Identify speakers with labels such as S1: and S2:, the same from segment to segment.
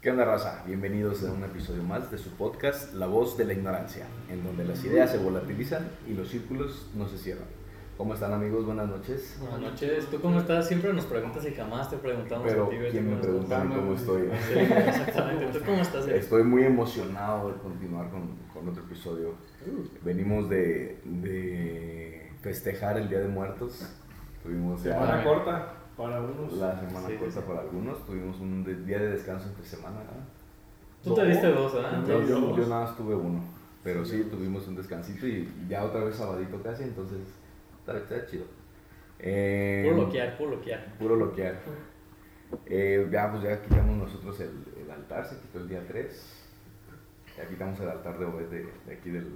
S1: ¿Qué onda, raza? Bienvenidos a un episodio más de su podcast La Voz de la Ignorancia, en donde las ideas se volatilizan y los círculos no se cierran. ¿Cómo están, amigos? Buenas noches.
S2: Buenas noches, ¿tú cómo estás? Siempre nos preguntas y jamás te preguntamos
S1: Pero,
S2: a ti, güey,
S1: ¿quién
S2: ¿tú
S1: me
S2: cómo
S1: pregunta a mí cómo estoy?
S2: estás? Sí, exactamente, ¿tú cómo estás? güey?
S1: Estoy muy emocionado de continuar con, con otro episodio.
S2: Uh.
S1: Venimos de, de festejar el Día de Muertos. Tuvimos ya
S3: Semana
S2: Ah,
S3: corta para unos.
S1: la semana
S2: Sí,
S1: corta
S2: sí.
S1: para algunos. Tuvimos un de- día de descanso entre semana. ¿verdad?
S2: Tú te diste dos, ¿ah?
S3: No.
S1: Yo, yo-
S3: dos.
S1: yo nada más tuve uno, pero sí, tuvimos un descansito y ya otra vez sabadito casi, entonces está, está chido. Eh,
S2: Puro loquear, puro loquear.
S1: Puro loquear. Eh, ya, pues ya quitamos nosotros el, el altar, se quitó el día 3. Ya quitamos el altar de Obed de, de aquí del,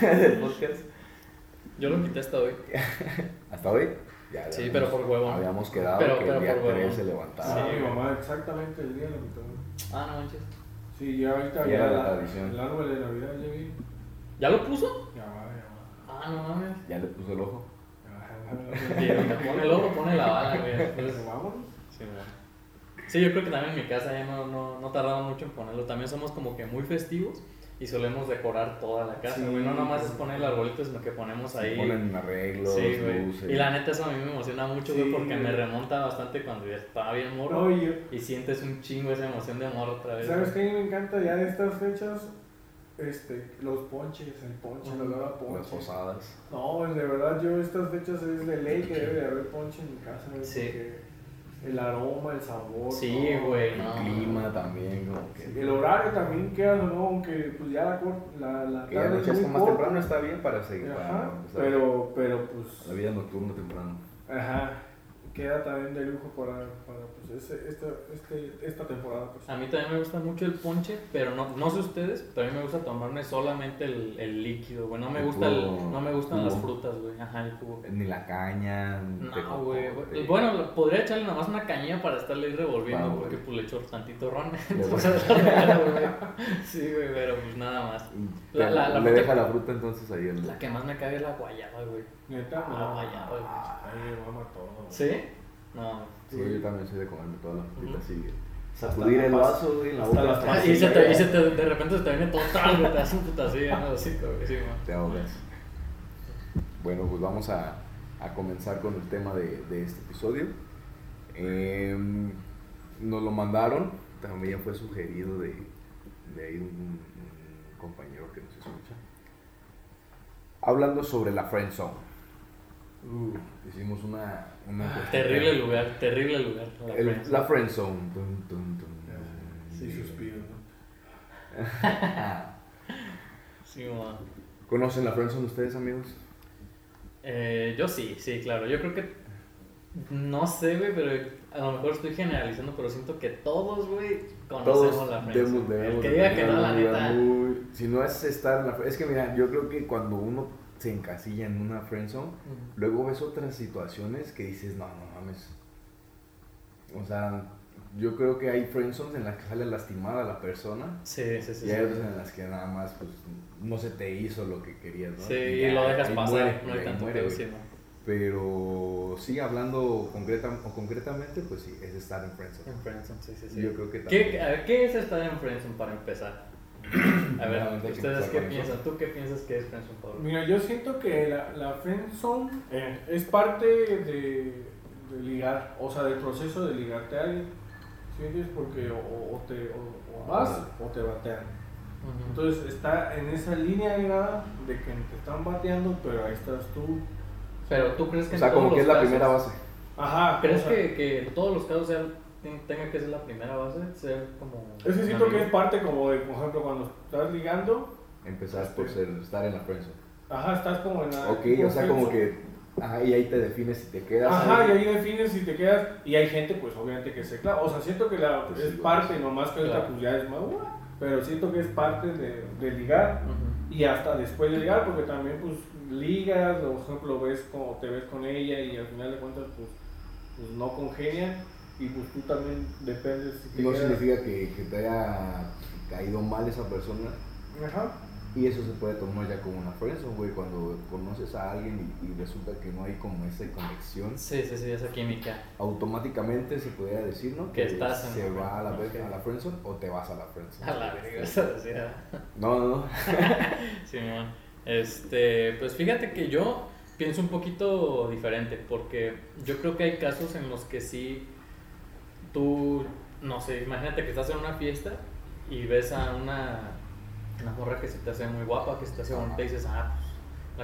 S1: del podcast.
S2: Yo lo quité hasta hoy.
S1: Hasta hoy. Ya,
S2: Sí,
S1: habíamos-
S2: pero por huevón.
S1: Habíamos quedado
S2: Pero-
S1: que
S2: pero
S1: el día
S2: por huevón.
S1: 3 se
S3: Ah,
S1: levantaba.
S2: Sí.
S3: mi mamá, exactamente el día de la mitad.
S2: Ah, no manches.
S3: Sí, ya
S1: Ya
S3: ahorita ya
S1: era la
S3: la-
S1: tradición.
S3: el árbol de Navidad ya vi.
S2: ¿Ya lo puso?
S3: Ya va, ya va.
S2: Ah, no mames.
S1: Ya le puso el ojo.
S2: Sí, ahorita pone el ojo, pone la bala, güey. Entonces,
S3: pues, Vámonos.
S2: Sí, güey. Sí, yo creo que también en mi casa ya no, no, no tardaba mucho en ponerlo. También somos como que muy festivos y solemos decorar toda la casa,
S3: Sí.
S2: güey. No nomás es poner el arbolito, sino que ponemos ahí...
S1: Ponen arreglos,
S2: Sí, güey.
S1: luces.
S2: Y la neta eso a mí me emociona mucho, güey,
S3: Sí,
S2: porque me
S3: güey.
S2: remonta bastante cuando ya estaba bien morro
S3: Oye,
S2: y sientes un chingo esa emoción de amor otra vez.
S3: ¿sabes
S2: güey.
S3: qué a mí me encanta ya de estas fechas? Este, los ponches, el ponche, el olor a
S1: Las
S3: ponche.
S1: posadas.
S3: No, pues, de verdad, yo estas fechas es de ley que debe de haber ponche en mi casa. güey,
S2: Sí.
S3: porque El aroma, el sabor.
S2: Sí,
S3: todo.
S2: güey,
S1: El
S2: no.
S1: clima también, como que.
S3: Sí, El horario también queda, ¿no? Aunque pues ya la, cor- la, la
S1: Que la
S3: tarde
S1: noche
S3: es
S1: hasta
S3: muy
S1: más
S3: corta.
S1: temprano está bien para seguir. para
S3: Ajá,
S1: empezar
S3: pero, pero
S1: La
S3: pues,
S1: vida nocturna temprano.
S3: ajá, queda también de lujo para, para pues, ese- esta, este, esta temporada. Pues.
S2: A mí también me gusta mucho el ponche, pero no, no sé ustedes, pero a mí me gusta tomarme solamente el, el líquido, güey. No me
S1: El
S2: gusta el-
S1: jugo.
S2: no me gustan las
S1: Jugo.
S2: frutas, güey. Ajá, el jugo.
S1: Ni la caña. ni
S2: No,
S1: tejocote.
S2: güey. güey. Bueno, podría echarle nada más una cañilla para estarle ahí revolviendo
S1: Va, Ah, güey.
S2: porque pues le echo tantito ron.
S1: Le voy-
S2: Entonces, güey. Sí, güey, pero pues nada más. La- la- la
S1: le
S2: fruta-
S1: deja la fruta entonces ahí. El...
S2: La que más me cae es la guayaba, güey.
S3: Neta,
S2: La
S3: no.
S2: guayaba, güey.
S3: Ahí me mama todo.
S2: ¿Sí? No.
S1: Sí, yo también soy de comerme toda la frutita
S2: Ujú.
S1: así. Sacudir
S3: la
S1: el
S3: pas-
S1: vaso, güey, en la
S3: hasta
S1: boca.
S3: la
S1: hasta
S2: Ah,
S1: que
S2: y se te,
S1: llegue.
S2: y se te, de repente se te viene total, güey, te hace un putacillo en el hocico, güey. Sí, güey.
S1: Te ahogas. Bueno, pues vamos a, a comenzar con el tema de, de este episodio. Eh, nos lo mandaron, también fue sugerido de, de ahí un, un compañero que nos escucha. Hablando sobre la Friend Zone. hicimos una. una cuestión-
S2: Terrible lugar, terrible lugar. La
S1: El-
S2: prensa.
S1: la Friend Zone. Tun, tun, tun.
S3: Sí, suspiro, ¿no?
S2: Sí, güey.
S1: ¿Conocen la Friend Zone ustedes, amigos?
S2: Eh, yo sí, sí, claro. Yo creo que. No sé, güey, pero a lo mejor estoy generalizando, pero siento que todos, güey, conocemos
S1: Todos
S2: la prensa.
S1: debemos,
S2: El
S1: debemos
S2: que
S1: de
S2: diga
S1: tener
S2: que no, la
S1: una vida
S2: neta.
S1: muy- si no es estar en la... Es que mira, yo creo que cuando uno se encasilla en una friendzone, luego ves otras situaciones que dices, no, no mames. O sea, yo creo que hay friendzones en las que sale lastimada la persona
S2: Sí, sí, sí.
S1: y hay
S2: sí.
S1: otras en las que nada más pues, no se te hizo lo que querías, ¿no?
S2: Sí,
S1: ya,
S2: y lo dejas
S1: ahí
S2: pasar,
S1: muere,
S2: no hay
S1: ahí
S2: tanto
S1: muere,
S2: pedo,
S1: güey.
S2: sí, güey.
S1: Pero sí, hablando concreta, o concretamente, pues sí, es estar en friendzone.
S2: En Friendzone, sí, sí, sí.
S1: Yo creo que también.
S2: ¿Qué, a ver, ¿qué es estar en Friendzone para empezar? A
S1: Nuevamente
S2: ver,
S1: hay que
S2: ¿ustedes
S1: empezar
S2: qué
S1: con eso.
S2: piensan? ¿Tú qué piensas que es Friendzone, Pablo?
S3: Mira, yo siento que la, la friendzone eh, es parte de, de ligar, o sea, del proceso de ligarte a alguien. ¿Sí me entiendes? Porque o, o te, o- o vas o te batean.
S2: Ujú.
S3: Entonces está en esa línea delgada de que te están bateando, pero ahí estás tú.
S2: Pero tú crees que
S1: O
S2: en
S1: sea, como
S2: todos
S1: que es
S2: los
S1: la
S2: casos-
S1: primera base.
S3: Ajá.
S2: ¿Crees
S3: o sea,
S2: que, que en todos los casos sea- ten- tenga que ser la primera base? Ser como.
S3: Es que siento
S2: amigo?
S3: que es parte como de, por ejemplo, cuando estás ligando,
S1: Empezar por ser, estar en la prensa.
S3: ajá, estás como
S2: Ah,
S3: en la...
S1: Ok, o sea, como que ajá, y ahí te defines si te quedas.
S3: Ajá, y
S1: ahí.
S3: ahí defines si te quedas, y hay gente, pues, obviamente que se clava, o sea, siento que la,
S1: Pues
S3: es
S1: sí,
S3: parte, nomás que ahorita,
S2: Claro.
S3: pues, ya es más, "Uah", pero siento que es parte de, de ligar,
S2: Ujú.
S3: y hasta después de ligar, porque también, pues, ligas, por ejemplo, ves como te ves con ella, y al final de cuentas, pues, pues no congenian, y pues tú también dependes si te
S1: No
S3: quedas.
S1: significa que, que te haya caído mal esa persona,
S3: Ajá.
S1: Y eso se puede tomar ya como una friendzone, güey, cuando conoces a alguien y, y resulta que no hay como esa conexión,
S2: Sí, sí, sí, esa química.
S1: automáticamente se podría decir, ¿no?
S2: Que estás en
S1: se
S2: la
S1: va a la,
S2: friendzone,
S1: vez-
S2: ok.
S1: a la friendzone o te vas a la friendzone.
S2: A la verga, eso decía.
S1: No, no, no.
S2: Simón. Este, pues fíjate que yo pienso un poquito diferente, porque yo creo que hay casos en los que sí tú, no sé, imagínate que estás en una fiesta y ves a una, una morra que se te hace muy guapa, que se te hace bonita y dices, ah, pues,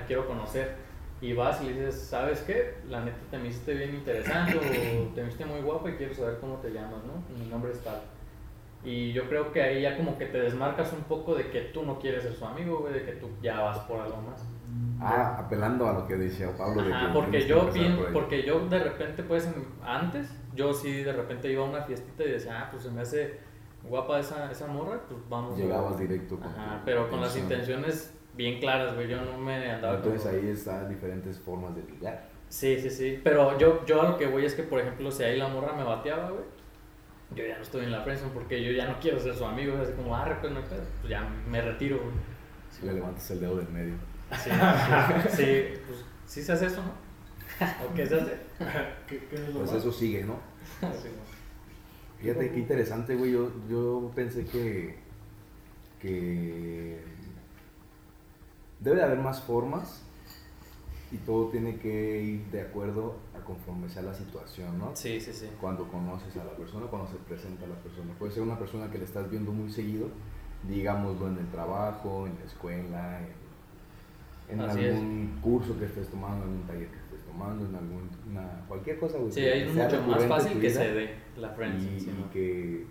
S2: la quiero conocer. Y vas y le dices, ¿sabes qué? La neta te me hiciste bien interesante o te me hiciste muy guapa y quiero saber cómo te llamas, ¿no? Mi nombre es tal. Y yo creo que ahí ya como que te desmarcas un poco de que tú no quieres ser su amigo, güey, de que tú ya vas por algo más.
S1: Ah, apelando a lo que decía Pablo. de
S2: Ajá,
S1: que
S2: porque
S1: tienes que
S2: yo
S1: empezar
S2: pien-
S1: por ahí.
S2: porque yo de repente, pues en- antes, yo sí de repente iba a una fiestita y decía, ah, pues se me hace guapa esa, esa morra, pues vamos.
S1: Llegabas directo. con
S2: Ajá,
S1: tu
S2: pero con las
S1: intención.
S2: intenciones bien claras, güey, yo no me andaba con-
S1: Entonces ahí están diferentes formas de ligar.
S2: Sí, sí, sí. Pero yo, yo a lo que voy es que, por ejemplo, si ahí la morra me bateaba, güey, yo ya no estoy en la prensa porque yo ya no quiero ser su amigo. Es así como, ah, pues no hay pedo", pues ya me retiro, güey.
S1: Si le levantas el dedo del medio.
S2: Sí, sí, sí, pues sí se hace eso, ¿no? ¿O qué se hace?
S3: ¿Qué, qué es lo
S1: Pues
S3: más?
S1: eso sigue, ¿no?
S2: Sí,
S1: Fíjate qué interesante, güey. Yo, yo pensé que. que. debe de haber más formas y todo tiene que ir de acuerdo a conforme sea la situación, ¿no?
S2: sí, sí. sí.
S1: Cuando conoces a la persona, cuando se presenta la persona. Puede ser una persona que le estás viendo muy seguido, digámoslo en el trabajo, en la escuela, en, en
S2: Así es.
S1: algún curso que estés tomando, en un taller que estés tomando, en alguna. cualquier cosa, güey.
S2: Sí,
S1: pues, que
S2: ahí es
S1: sea
S2: mucho más
S1: recurrente en
S2: fácil
S1: tu
S2: que
S1: vida
S2: se dé la prensa.
S1: y,
S2: sí,
S1: y
S2: ¿no?
S1: que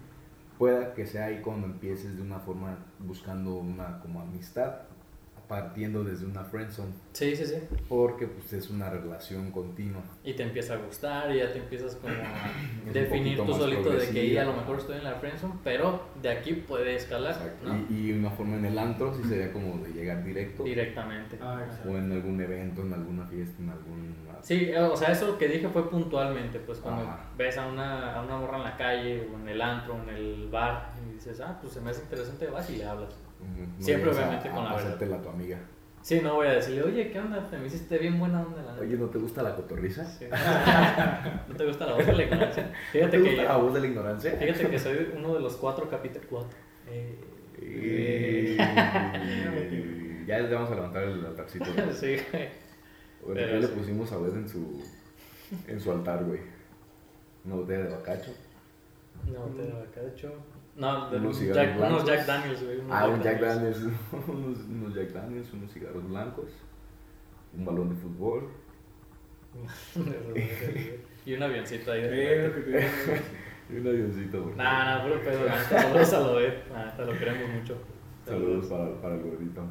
S1: pueda que sea ahí cuando empieces de una forma buscando una como amistad partiendo desde una friendzone
S2: sí, sí, sí.
S1: porque pues es una relación continua
S2: Y te empieza a gustar y ya te empiezas como a
S1: un
S2: definir
S1: poquito
S2: tú
S1: más
S2: solito de que y a
S1: progresiva.
S2: lo mejor estoy en la friendzone, pero de aquí puede escalar,
S1: Exacto.
S2: ¿no?
S1: y, y una forma en el antro sí sería como de llegar directo
S2: Directamente.
S3: Ah, exacto.
S1: o en algún evento en alguna fiesta en algún
S2: Sí, eh, o sea, eso que dije fue puntualmente, pues cuando
S1: Ajá.
S2: ves a una, a una morra en la calle o en el antro, en el bar y dices, ah, pues se me hace interesante, vas y le hablas.
S1: Ujú, no
S2: Siempre
S1: llegas a-
S2: obviamente
S1: a
S2: con la verdad.
S1: pasártela a tu amiga
S2: Sí, no voy a decirle, oye, ¿qué onda? Te me hiciste bien buena onda la neta".
S1: oye no te gusta la cotorriza
S2: Sí. ¿No te gusta la voz de la ignorancia?
S1: ¿No te
S2: Fíjate
S1: gusta
S2: que,
S1: la voz de la ignorancia
S2: fíjate que soy uno de los cuatro capítulos. Cuatro. Eh,
S1: Y-
S2: eh.
S1: ya le vamos a levantar el altarcito ¿no?
S2: sí, güey.
S1: Bueno,
S2: Pero
S1: ya le
S2: sí.
S1: pusimos a ver en su, en su altar, güey. Una botella de bacacho.
S2: No, te lo cacho. No, de
S1: Unos
S2: unos
S1: cigarros
S2: Jack, unos
S1: blancos.
S2: Jack Daniels, güey. unos
S1: Ah, un Jack Daniels, unos, unos Jack Daniels, unos cigarros blancos, un balón de fútbol.
S2: y un avioncito ahí.
S3: Eh,
S2: de
S3: lo que te digo.
S1: Y un avioncito, güey.
S2: Nah, nah, puro pedo. la neta, Saludos a lo eh. La neta, lo queremos mucho.
S1: Saludos para, para el gordito.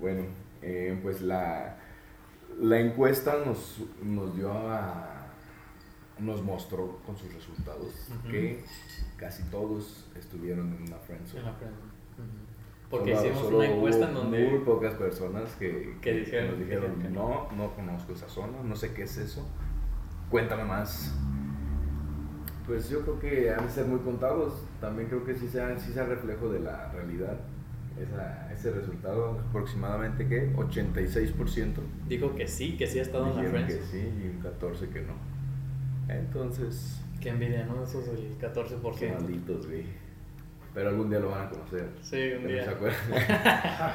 S1: Bueno, eh, pues la, la encuesta nos, nos dio a. nos mostró con sus resultados
S2: Ujú.
S1: que casi todos estuvieron en una friendzone.
S2: En la prensa. Ujú. Porque
S1: Solo-
S2: hicimos
S1: solo
S2: una encuesta
S1: hubo
S2: en donde.
S1: Muy pocas personas que,
S2: que
S1: que
S2: dijeron-
S1: nos dijeron,
S2: dijeron que
S1: no, no conozco esa zona, no sé qué es eso, cuéntame más. Pues yo creo que han de ser muy contados, también creo que sí sea, sí sea reflejo de la realidad. Esa- ese resultado, aproximadamente que 86%
S2: Dijo que sí, que sí ha estado en la
S1: dijeron
S2: prensa.
S1: que sí y un 14% que no. Entonces,
S2: Qué envidia, ¿no? Eso es el 14%.
S1: qué malditos, güey. Pero algún día lo van a conocer.
S2: Sí, un
S1: Que no se
S2: día.
S1: acuerda.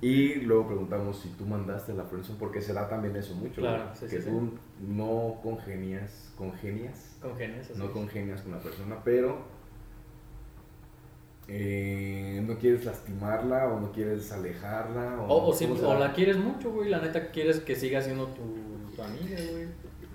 S1: y luego preguntamos si tú mandaste la friendzone, porque se da también eso mucho.
S2: Claro,
S1: güey,
S2: sí,
S1: que
S2: sí,
S1: tú no congenias, congenias,
S2: Con genes, así
S1: no
S2: es.
S1: congenias con la persona, pero eh, no quieres lastimarla o no quieres alejarla. O,
S2: O, o,
S1: ¿cómo
S2: simple-
S1: se
S2: o
S1: da?
S2: la quieres mucho, güey. La neta quieres que siga siendo tu, tu amiga, güey.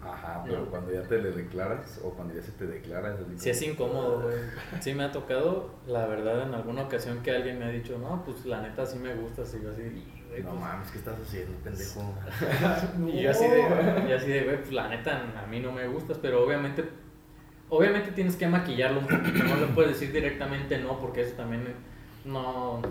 S1: Ajá, pero
S2: No.
S1: cuando ya te le declaras o cuando ya se te declara. es así
S2: Si es
S1: como-
S2: incómodo, güey. Sí me ha tocado, la verdad, en alguna ocasión que alguien me ha dicho, no, pues la neta sí me gusta, y yo así, "Y, güey,
S1: No
S2: pues,
S1: mames, ¿qué estás haciendo, pendejo?
S2: Y yo así de, yo así de, güey, pues la neta a mí no me gustas, pero obviamente, obviamente tienes que maquillarlo un poquito, no le puedes decir directamente no, porque eso también no,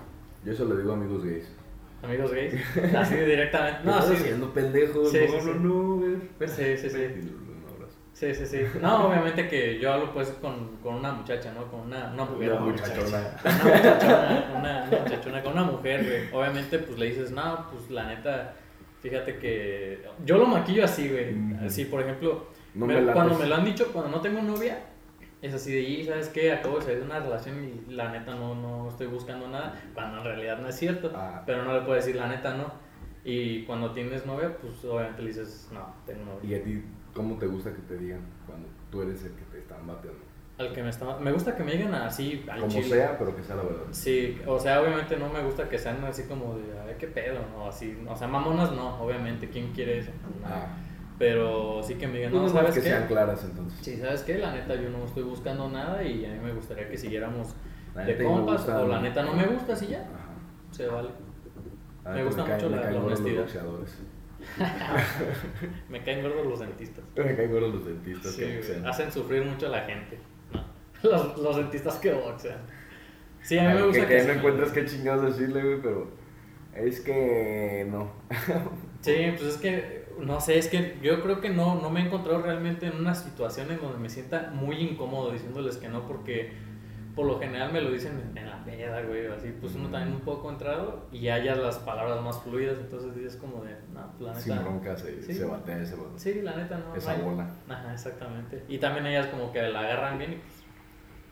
S1: Yo eso le digo a amigos gays.
S2: amigos gays, así directamente,
S1: ¿Qué
S2: Ah, no,
S1: estás
S2: sí,
S1: haciendo pendejo?
S2: Sí,
S1: no,
S2: sí, sí.
S1: no, no, güey.
S2: Sí, sí, sí.
S1: Y le doy Un abrazo.
S2: Sí, sí, sí. No, obviamente que yo hablo pues con, con una muchacha, ¿no? Con una, una mujer.
S1: Una
S2: ¿no?
S1: muchachona.
S2: Con una muchachona, una, una muchachona, con una mujer, güey. Obviamente, pues le dices, no, pues la neta, fíjate que. Yo lo maquillo así, güey.
S1: Ujú.
S2: Así, por ejemplo,
S1: No
S2: me-
S1: me la
S2: cuando me lo han dicho, cuando no tengo novia, es así de, y sabes qué, acabo de salir de una relación y la neta no, no estoy buscando nada, cuando en realidad no es cierto.
S1: Ah.
S2: Pero no le puedo decir, la neta no. Y cuando tienes novia, pues obviamente le dices, no, tengo novia.
S1: ¿Y a ti cómo te gusta que te digan cuando tú eres el que te están bateando?
S2: Al que me está. Me gusta que me digan así, al
S1: Como
S2: chile.
S1: sea, pero que sea la verdad.
S2: Sí, o sea, obviamente no me gusta que sean así como de, a ver qué pedo, o así. O sea, mamonas no, obviamente, ¿quién quiere eso?
S1: Ah,
S2: Pero sí que me digan,
S1: no,
S2: no, ¿sabes
S1: que
S2: qué?
S1: sean claras entonces.
S2: Sí, ¿sabes qué? La neta, yo no estoy buscando nada y a mí me gustaría que siguiéramos
S1: La
S2: de
S1: neta y me
S2: compas
S1: gusta-
S2: o la neta no me gusta, así ya,
S1: Ajá.
S2: se vale.
S1: La
S2: Me
S1: neta
S2: gusta mucho
S1: me
S2: la-
S1: caen
S2: la
S1: gordos los
S2: honestidad.
S1: boxeadores.
S2: Me caen gordos los dentistas.
S1: Me caen gordos los dentistas
S2: Sí,
S1: que
S2: güey,
S1: boxean.
S2: hacen sufrir mucho a la gente. ¿no? Los, los dentistas que boxean. Sí, a mí me
S1: Ay,
S2: gusta
S1: que, que
S2: sí
S1: no
S2: me-
S1: encuentras qué chingados decirle, güey, pero es que no.
S2: Sí, pues es que, no sé, es que yo creo que no, no me he encontrado realmente en una situación en donde me sienta muy incómodo diciéndoles que no, porque por lo general me lo dicen en- en la peda, güey, o así, pues uno también un poco entrado y hallas las palabras más fluidas, entonces dices como de, no, pues la neta.
S1: Sin bronca se,
S2: Sí.
S1: se batea ese bote.
S2: Sí, la neta, no.
S1: Esa
S2: no hay-
S1: bola.
S2: Ajá, exactamente. Y también ellas como que la agarran bien y pues,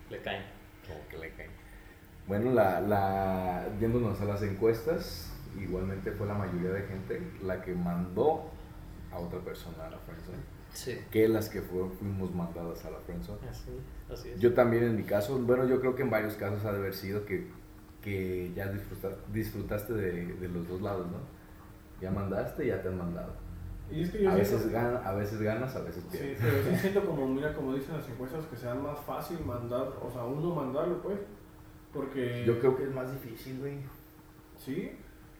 S2: le caen.
S1: Como que le caen. Bueno, la, la, yéndonos a las encuestas, igualmente fue la mayoría de gente la que mandó a otra persona a la friendzone
S2: Sí.
S1: que las que fueron, fuimos mandadas a la friendzone.
S2: Así, así es.
S1: Yo también en mi caso, bueno, yo creo que en varios casos ha de haber sido que, que ya disfruta- disfrutaste de, de los dos lados, ¿no? Ya mandaste, ya te han mandado.
S3: Y es que yo
S1: A
S3: siento-
S1: veces, gan- a veces ganas, a veces
S3: Sí,
S1: pierdes.
S3: pero sí siento como, mira, como dicen las encuestas, que sea más fácil mandar, o sea, uno mandarlo, pues. Porque.
S1: Yo creo que es más difícil, güey.
S3: Sí,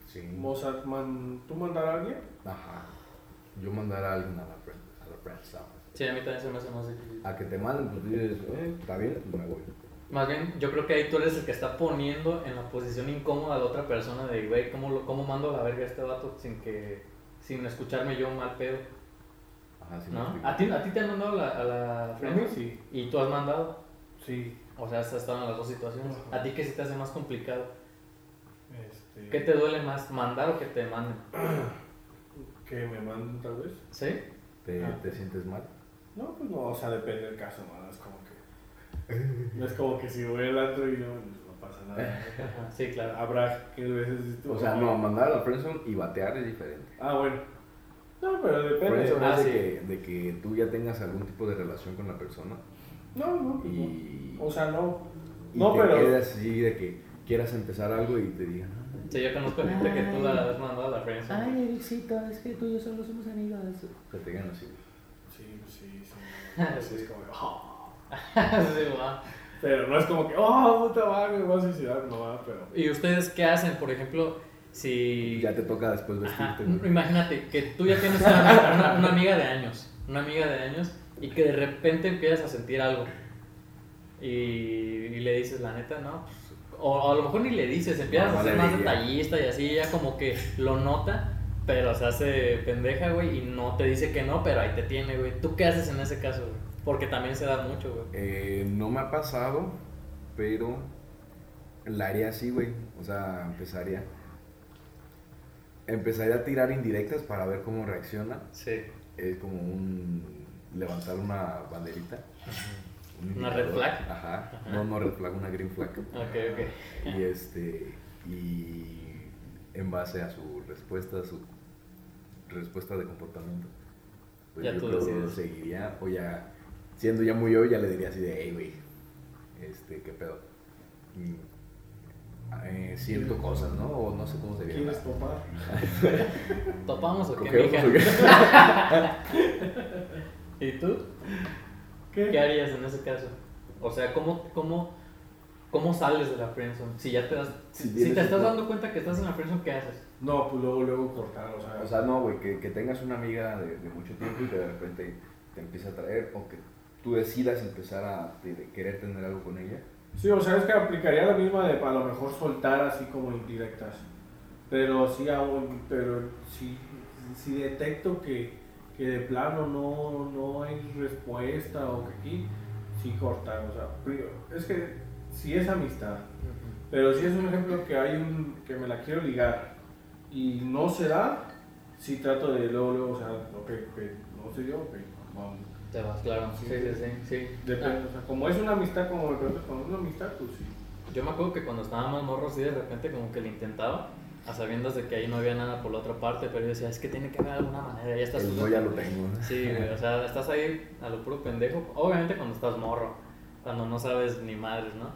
S1: Sí.
S3: o sea, man- tú mandar a alguien.
S1: Ajá. Yo mandar a alguien a la, friend- a la friendzone.
S2: Sí, a mí también se me hace más difícil.
S1: a que te manden, pues dices, eh, está bien, pues me voy.
S2: Más bien, yo creo que ahí tú eres el que está poniendo en la posición incómoda a la otra persona de, güey, ¿cómo, lo- cómo mando a la verga a este vato sin que sin escucharme yo mal pedo?
S1: Ajá, sí me
S2: ¿No?
S1: explico.
S2: ¿A ti, a ti te han mandado la- a la
S3: A mí
S2: friendzone?
S3: sí,
S2: y tú has mandado.
S3: sí.
S2: O sea, has estado en las dos situaciones. ¿A ti qué se te hace más complicado?
S3: Este,
S2: ¿Qué te duele más, mandar o que te manden?
S3: Que me manden tal vez.
S2: ¿Sí?
S1: ¿Te,
S3: Ah.
S1: te sientes mal?
S3: No, pues no, o sea, depende del caso, ¿no? No es como que. No es como que si voy al antro y no, pues, no pasa nada.
S2: Ajá, sí, claro.
S3: Habrá que veces. dices tú,
S1: O sea, no, mandar a la friendzone y batear es diferente.
S3: Ah, bueno. No, pero depende.
S1: Friendzone
S2: Ah,
S1: es de,
S2: sí.
S1: que, de que tú ya tengas algún tipo de relación con la persona
S3: No, no, pues no.
S1: y,
S3: O sea, no.
S1: y
S3: no,
S1: te
S3: pero-
S1: quedes así de que quieras empezar algo y te digan, "Ah,
S2: Sí, yo conozco gente que tú la has mandado a la friendzone.
S1: Ericito, es que tú y yo solo somos amigos. O sea, te digan así.
S3: Sí, pues sí, sí. Así es como, "Oh".
S2: Sí, va.
S3: Pero no es como que, oh, puta madre, me voy a suicidar, no, va, pero.
S2: ¿Y ustedes qué hacen, por ejemplo, si...
S1: Ya te toca después
S2: Ajá,
S1: vestirte.
S2: no,
S1: güey.
S2: Imagínate que tú ya tienes una, ami- una- una amiga de años, una amiga de años, y que de repente empiezas a sentir algo. Y, y le dices, la neta, no. pues, O, o a lo mejor ni le dices, empiezas
S1: No, no
S2: a ser
S1: le
S2: más
S1: diría.
S2: detallista y así, ella como que lo nota, pero se hace pendeja, güey, y no te dice que no, pero ahí te tiene, güey. ¿Tú qué haces en ese caso, güey? Porque también se da mucho, güey.
S1: Eh, no me ha pasado, pero la haría así, güey. O sea, empezaría. Empezaría a tirar indirectas para ver cómo reacciona.
S2: Sí.
S1: Es como un. levantar una banderita. un
S2: Una
S1: indicador.
S2: red flag.
S1: Ajá.
S2: Ajá.
S1: No, no red flag, una green flag.
S2: Ok, ok.
S1: Y este. Y en base a su respuesta, su respuesta de comportamiento. Pues
S2: Ya
S1: yo
S2: tú
S1: creo
S2: decides.
S1: seguiría, o ya, siendo ya muy obvio, ya le diría así de, hey, güey, este, qué pedo. Mm, eh, siento cosas, ¿no? O no sé cómo sería.
S3: ¿Quieres topar?
S2: ¿Topamos o qué,
S1: ¿Cogemos
S2: mija?
S1: o qué?
S2: ¿Y tú?
S3: ¿Qué?
S2: ¿Qué harías en ese caso? O sea, ¿cómo, cómo, cómo sales de la friendzone? Si ya te das,
S1: Si
S2: si,
S1: tienes
S2: te estás
S1: un-
S2: dando cuenta que estás en la friendzone, ¿qué haces?
S3: No, pues luego, luego cortar, o sea.
S1: O sea, no, güey, que, que tengas una amiga de, de mucho tiempo y que de repente te empiece a traer o que tú decidas empezar a de- de querer tener algo con ella.
S3: sí, o sea, es que aplicaría la misma de a lo mejor soltar así como indirectas. Pero sí, hago- pero sí, sí detecto que, que de plano no, no hay respuesta o que aquí sí cortar. O sea, pri- es que si es amistad, pero si es un ejemplo que hay un que me la quiero ligar y no se da, sí trato de luego, luego, o sea, ok, ok, no se dio, ok, vamos.
S2: Te vas, claro. Sí, sí, sí. sí. Ah,
S3: Depende, o sea, como es una amistad, como me preguntas, como es una amistad, pues sí.
S2: Yo me acuerdo que cuando estaba más morro, sí, de repente como que le intentaba, a sabiendas de que ahí no había nada por la otra parte, pero yo decía, es que tiene que haber alguna manera, ya estás...
S1: El no ya lo tengo.
S2: Sí, güey, o sea, estás ahí a lo puro pendejo, obviamente cuando estás morro, cuando no sabes ni madres, ¿no?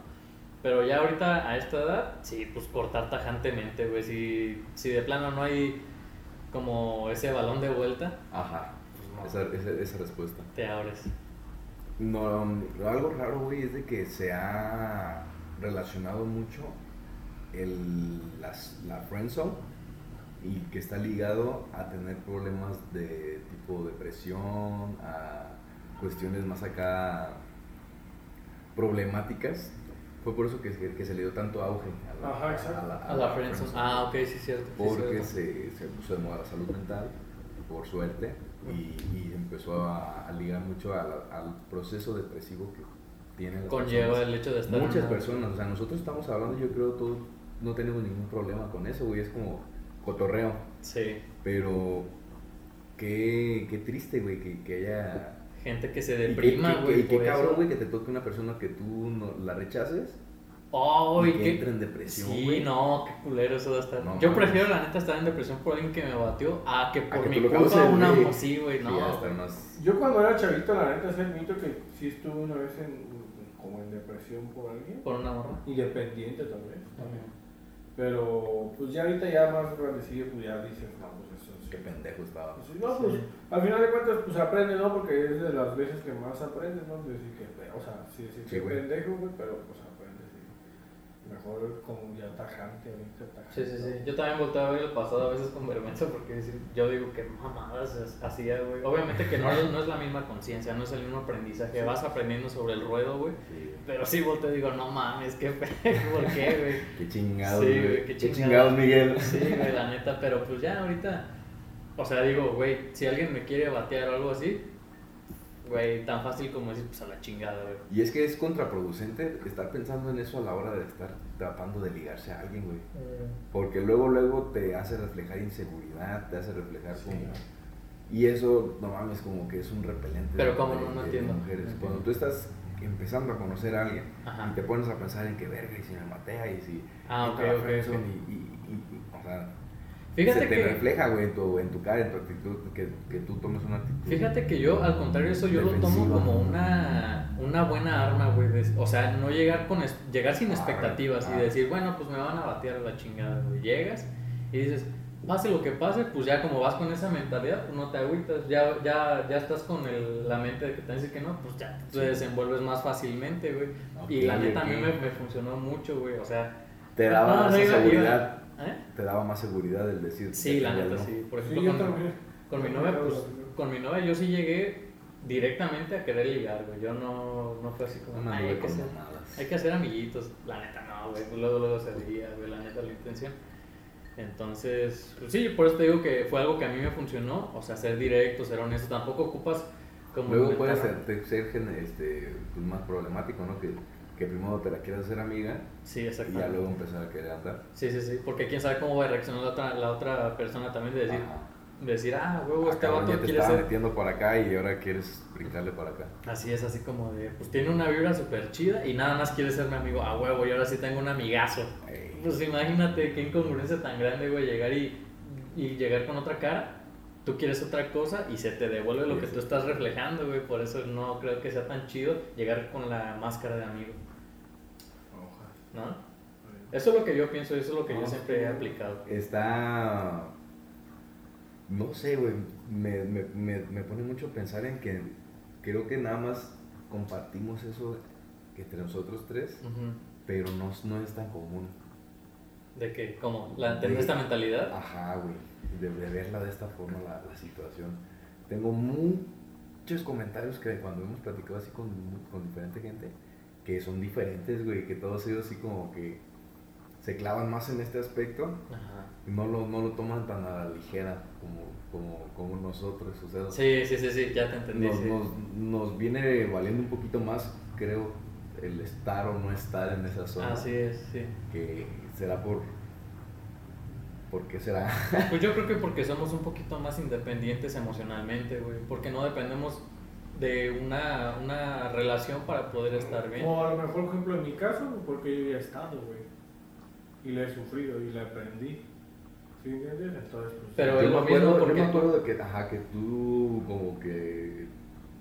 S2: Pero ya ahorita, a esta edad, sí, pues cortar tajantemente, güey, si, si de plano no hay como ese balón de vuelta,
S1: Ajá. Esa, esa, esa respuesta.
S2: te abres.
S1: No, um, algo raro, güey, es de que se ha relacionado mucho el, las- la friendzone y que está ligado a tener problemas de tipo depresión, a cuestiones más acá problemáticas. Fue por eso que, se- que se le dio tanto auge a la,
S3: Ajá, exacto.
S2: A la friendzone. Ah, ok, sí, cierto. sí,
S1: porque
S2: cierto.
S1: se, se puso de moda la salud mental, por suerte, y, y empezó a, a ligar mucho a la- al proceso depresivo que tienen las
S2: Conlleva
S1: personas.
S2: el hecho de estar... en
S1: Muchas
S2: una-
S1: personas, o sea, nosotros estamos hablando, yo creo, todos no tenemos ningún problema con eso, güey, es como cotorreo,
S2: Sí,
S1: pero qué, qué triste, güey, que, que haya...
S2: gente que se
S1: y qué-
S2: deprima,
S1: qué- qué-
S2: güey.
S1: y qué
S2: por eso.
S1: cabrón, güey, que te toque una persona que tú no- la rechaces
S2: Oh,
S1: y
S2: y
S1: que
S2: qué-
S1: entre en depresión,
S2: Sí,
S1: güey.
S2: no, qué culero eso va a estar.
S1: No,
S2: Yo
S1: mames.
S2: prefiero, la neta, estar en depresión por alguien que me batió a que por
S1: que
S2: mi
S1: tú lo
S2: culpa
S1: causes,
S2: una
S1: güey.
S2: mo- Sí, güey,
S1: Sí,
S2: no.
S1: ya está más...
S3: Yo cuando era chavito, la neta, sí admito que sí estuve una vez en, como en depresión por alguien.
S2: Por una morra.
S3: Y dependiente también. Pero pues ya ahorita ya más grandecido, pues ya dices, no, pues eso sí.
S1: Qué pendejo estaba.
S3: Pues, no, pues al final de cuentas, pues aprende, ¿no? Porque es de las veces que más aprendes, ¿no? Decir que, pe- o sea, sí, sí,
S1: Sí,
S3: que
S1: güey.
S3: pendejo, güey, pero pues aprendes. sí. Mejor como ya tajante, ahorita tajante.
S2: Sí, sí, sí.
S3: ¿no?
S2: Yo también volteo a ver el pasado a veces con vergüenza porque decir- yo digo que mamadas es- hacía, güey. Obviamente que no, no es la misma conciencia, no es el mismo aprendizaje.
S3: Sí.
S2: Vas aprendiendo sobre el ruedo, güey.
S1: Sí.
S2: Pero sí volteo y digo, no mames, qué pe- ¿por qué, güey?
S1: Qué chingados,
S2: Sí,
S1: güey.
S2: güey, qué
S1: qué,
S2: chingados.
S1: chingados, Miguel.
S2: Sí, güey, la neta, pero pues ya ahorita. O sea, digo, güey, si alguien me quiere batear o algo así, güey, tan fácil como decir, pues a la chingada, güey.
S1: Y es que es contraproducente estar pensando en eso a la hora de estar tratando de ligarse a alguien, güey. Porque luego, luego te hace reflejar inseguridad, te hace reflejar
S3: Sí.
S1: como... Y eso, no mames, como que es un repelente.
S2: Pero
S1: de-
S2: ¿cómo?
S1: de-
S2: No, no
S1: de
S2: entiendo.
S1: mujeres.
S2: No entiendo.
S1: Cuando tú estás empezando a conocer a alguien
S2: Ajá.
S1: y te pones a pensar en que verga, y si me matea, y si...
S2: Ah,
S1: y
S2: ok,
S1: para
S2: ok,
S1: friendzone,
S2: ok.
S1: Y, y- y- y- o sea, se
S2: Fíjate
S1: te
S2: que,
S1: refleja, güey, en tu, en tu cara, en tu actitud, que, que tú tomes una actitud.
S2: fíjate que yo, al contrario, eso yo lo tomo
S1: Defensiva.
S2: como una, una buena arma, güey. de- O sea, no llegar, con, es- llegar sin
S1: Ah,
S2: expectativas
S1: ah.
S2: y decir, bueno, pues me van a batear a la chingada, güey. Llegas y dices, pase lo que pase, pues ya como vas con esa mentalidad, pues no te agüitas. Ya, ya, ya estás con el- la mente de que te van a decir que no, pues ya te desenvuelves más fácilmente, güey. y la
S1: Ok,
S2: neta
S1: ok.
S2: a mí me, me funcionó mucho, güey. O sea,
S1: Te daba
S2: no,
S1: más
S2: no iba- iba-
S1: seguridad.
S2: ¿eh?
S1: Te daba más seguridad el decir.
S2: Sí, la
S1: "Verga,
S2: neta,
S1: ¿no?".
S2: sí. Por
S3: Sí,
S2: ejemplo,
S3: yo
S2: con-
S3: también.
S2: con mi novia, pues, con mi novia yo sí llegué directamente a querer ligar, güey. Yo no, no fue así
S1: No
S2: como,
S1: me
S2: "Ay,
S1: anduve
S2: hay, que
S1: con
S2: hacer,
S1: mamadas.
S2: hay que hacer amiguitos. La neta, no, güey. Pues luego, luego se veía, güey, la neta, la intención. Entonces, pues sí, por eso te digo que fue algo que a mí me funcionó. O sea, ser directo, ser honesto. Tampoco ocupas como...
S1: Luego
S2: inventar-
S1: puede ser, te- ser gen- este, pues, más problemático, ¿no? Que, que primero te la quieras hacer amiga
S2: Sí,
S1: y ya
S2: exactamente.
S1: luego empezar a querer andar.
S2: Sí, sí, sí. Porque quién sabe cómo va a reaccionar la otra, la otra persona también de decir,
S1: Ajá.
S2: decir ah, huevo,
S1: Ah,
S2: este
S1: cabrón,
S2: vato
S1: ya te
S2: quiere
S1: estaba
S2: ser...
S1: metiendo para acá y ahora quieres brincarle para acá.
S2: Así es, así como de, pues tiene una vibra súper chida y nada más quiere ser mi amigo a huevo y ahora sí tengo un amigazo.
S1: Ey,
S2: Pues imagínate qué incongruencia tan grande, güey, llegar y, y llegar con otra cara. Tú quieres otra cosa y se te devuelve lo
S1: Sí,
S2: que
S1: sí.
S2: tú estás reflejando, güey. Por eso no creo que sea tan chido llegar con la máscara de amigo,
S3: Ojalá.
S2: ¿no? Eso es lo que yo pienso, eso es lo que
S1: Ah,
S2: yo
S3: No,
S2: siempre he
S3: sí.
S2: aplicado.
S1: Está. No sé, güey. Me, me, me, me pone mucho a pensar en que creo que nada más compartimos eso entre nosotros tres,
S2: Ujú.
S1: pero no, no es tan común.
S2: De que, como, la, tener
S1: De-
S2: esta mentalidad.
S1: Ajá, güey. De, de verla de esta forma la, la situación. Tengo muchos comentarios que cuando hemos platicado así con, con diferente gente, que son diferentes, güey. Que todo ha sido así como que se clavan más en este aspecto
S2: Ajá.
S1: y no lo, no lo toman tan a la ligera como, como, como nosotros. O sea,
S2: Sí, sí, sí, sí, ya te entendí.
S1: nos,
S2: sí.
S1: nos- nos viene valiendo un poquito más, creo, el estar o no estar en esa zona.
S2: Así es, Ah, sí.
S1: Que será por. ¿Por qué será?
S2: Pues yo creo que porque somos un poquito más independientes emocionalmente, güey. Porque no dependemos de una, una relación para poder estar bien.
S3: O a lo mejor, por ejemplo, en mi caso, porque yo ya he estado, güey. Y le he sufrido y le aprendí. ¿Sí entiendes? Entonces, pues.
S2: Pero
S1: yo
S2: es
S1: me
S2: lo
S1: acuerdo,
S2: mismo
S1: yo
S2: porque
S1: me
S2: tú-
S1: acuerdo de que, ajá, que tú como que...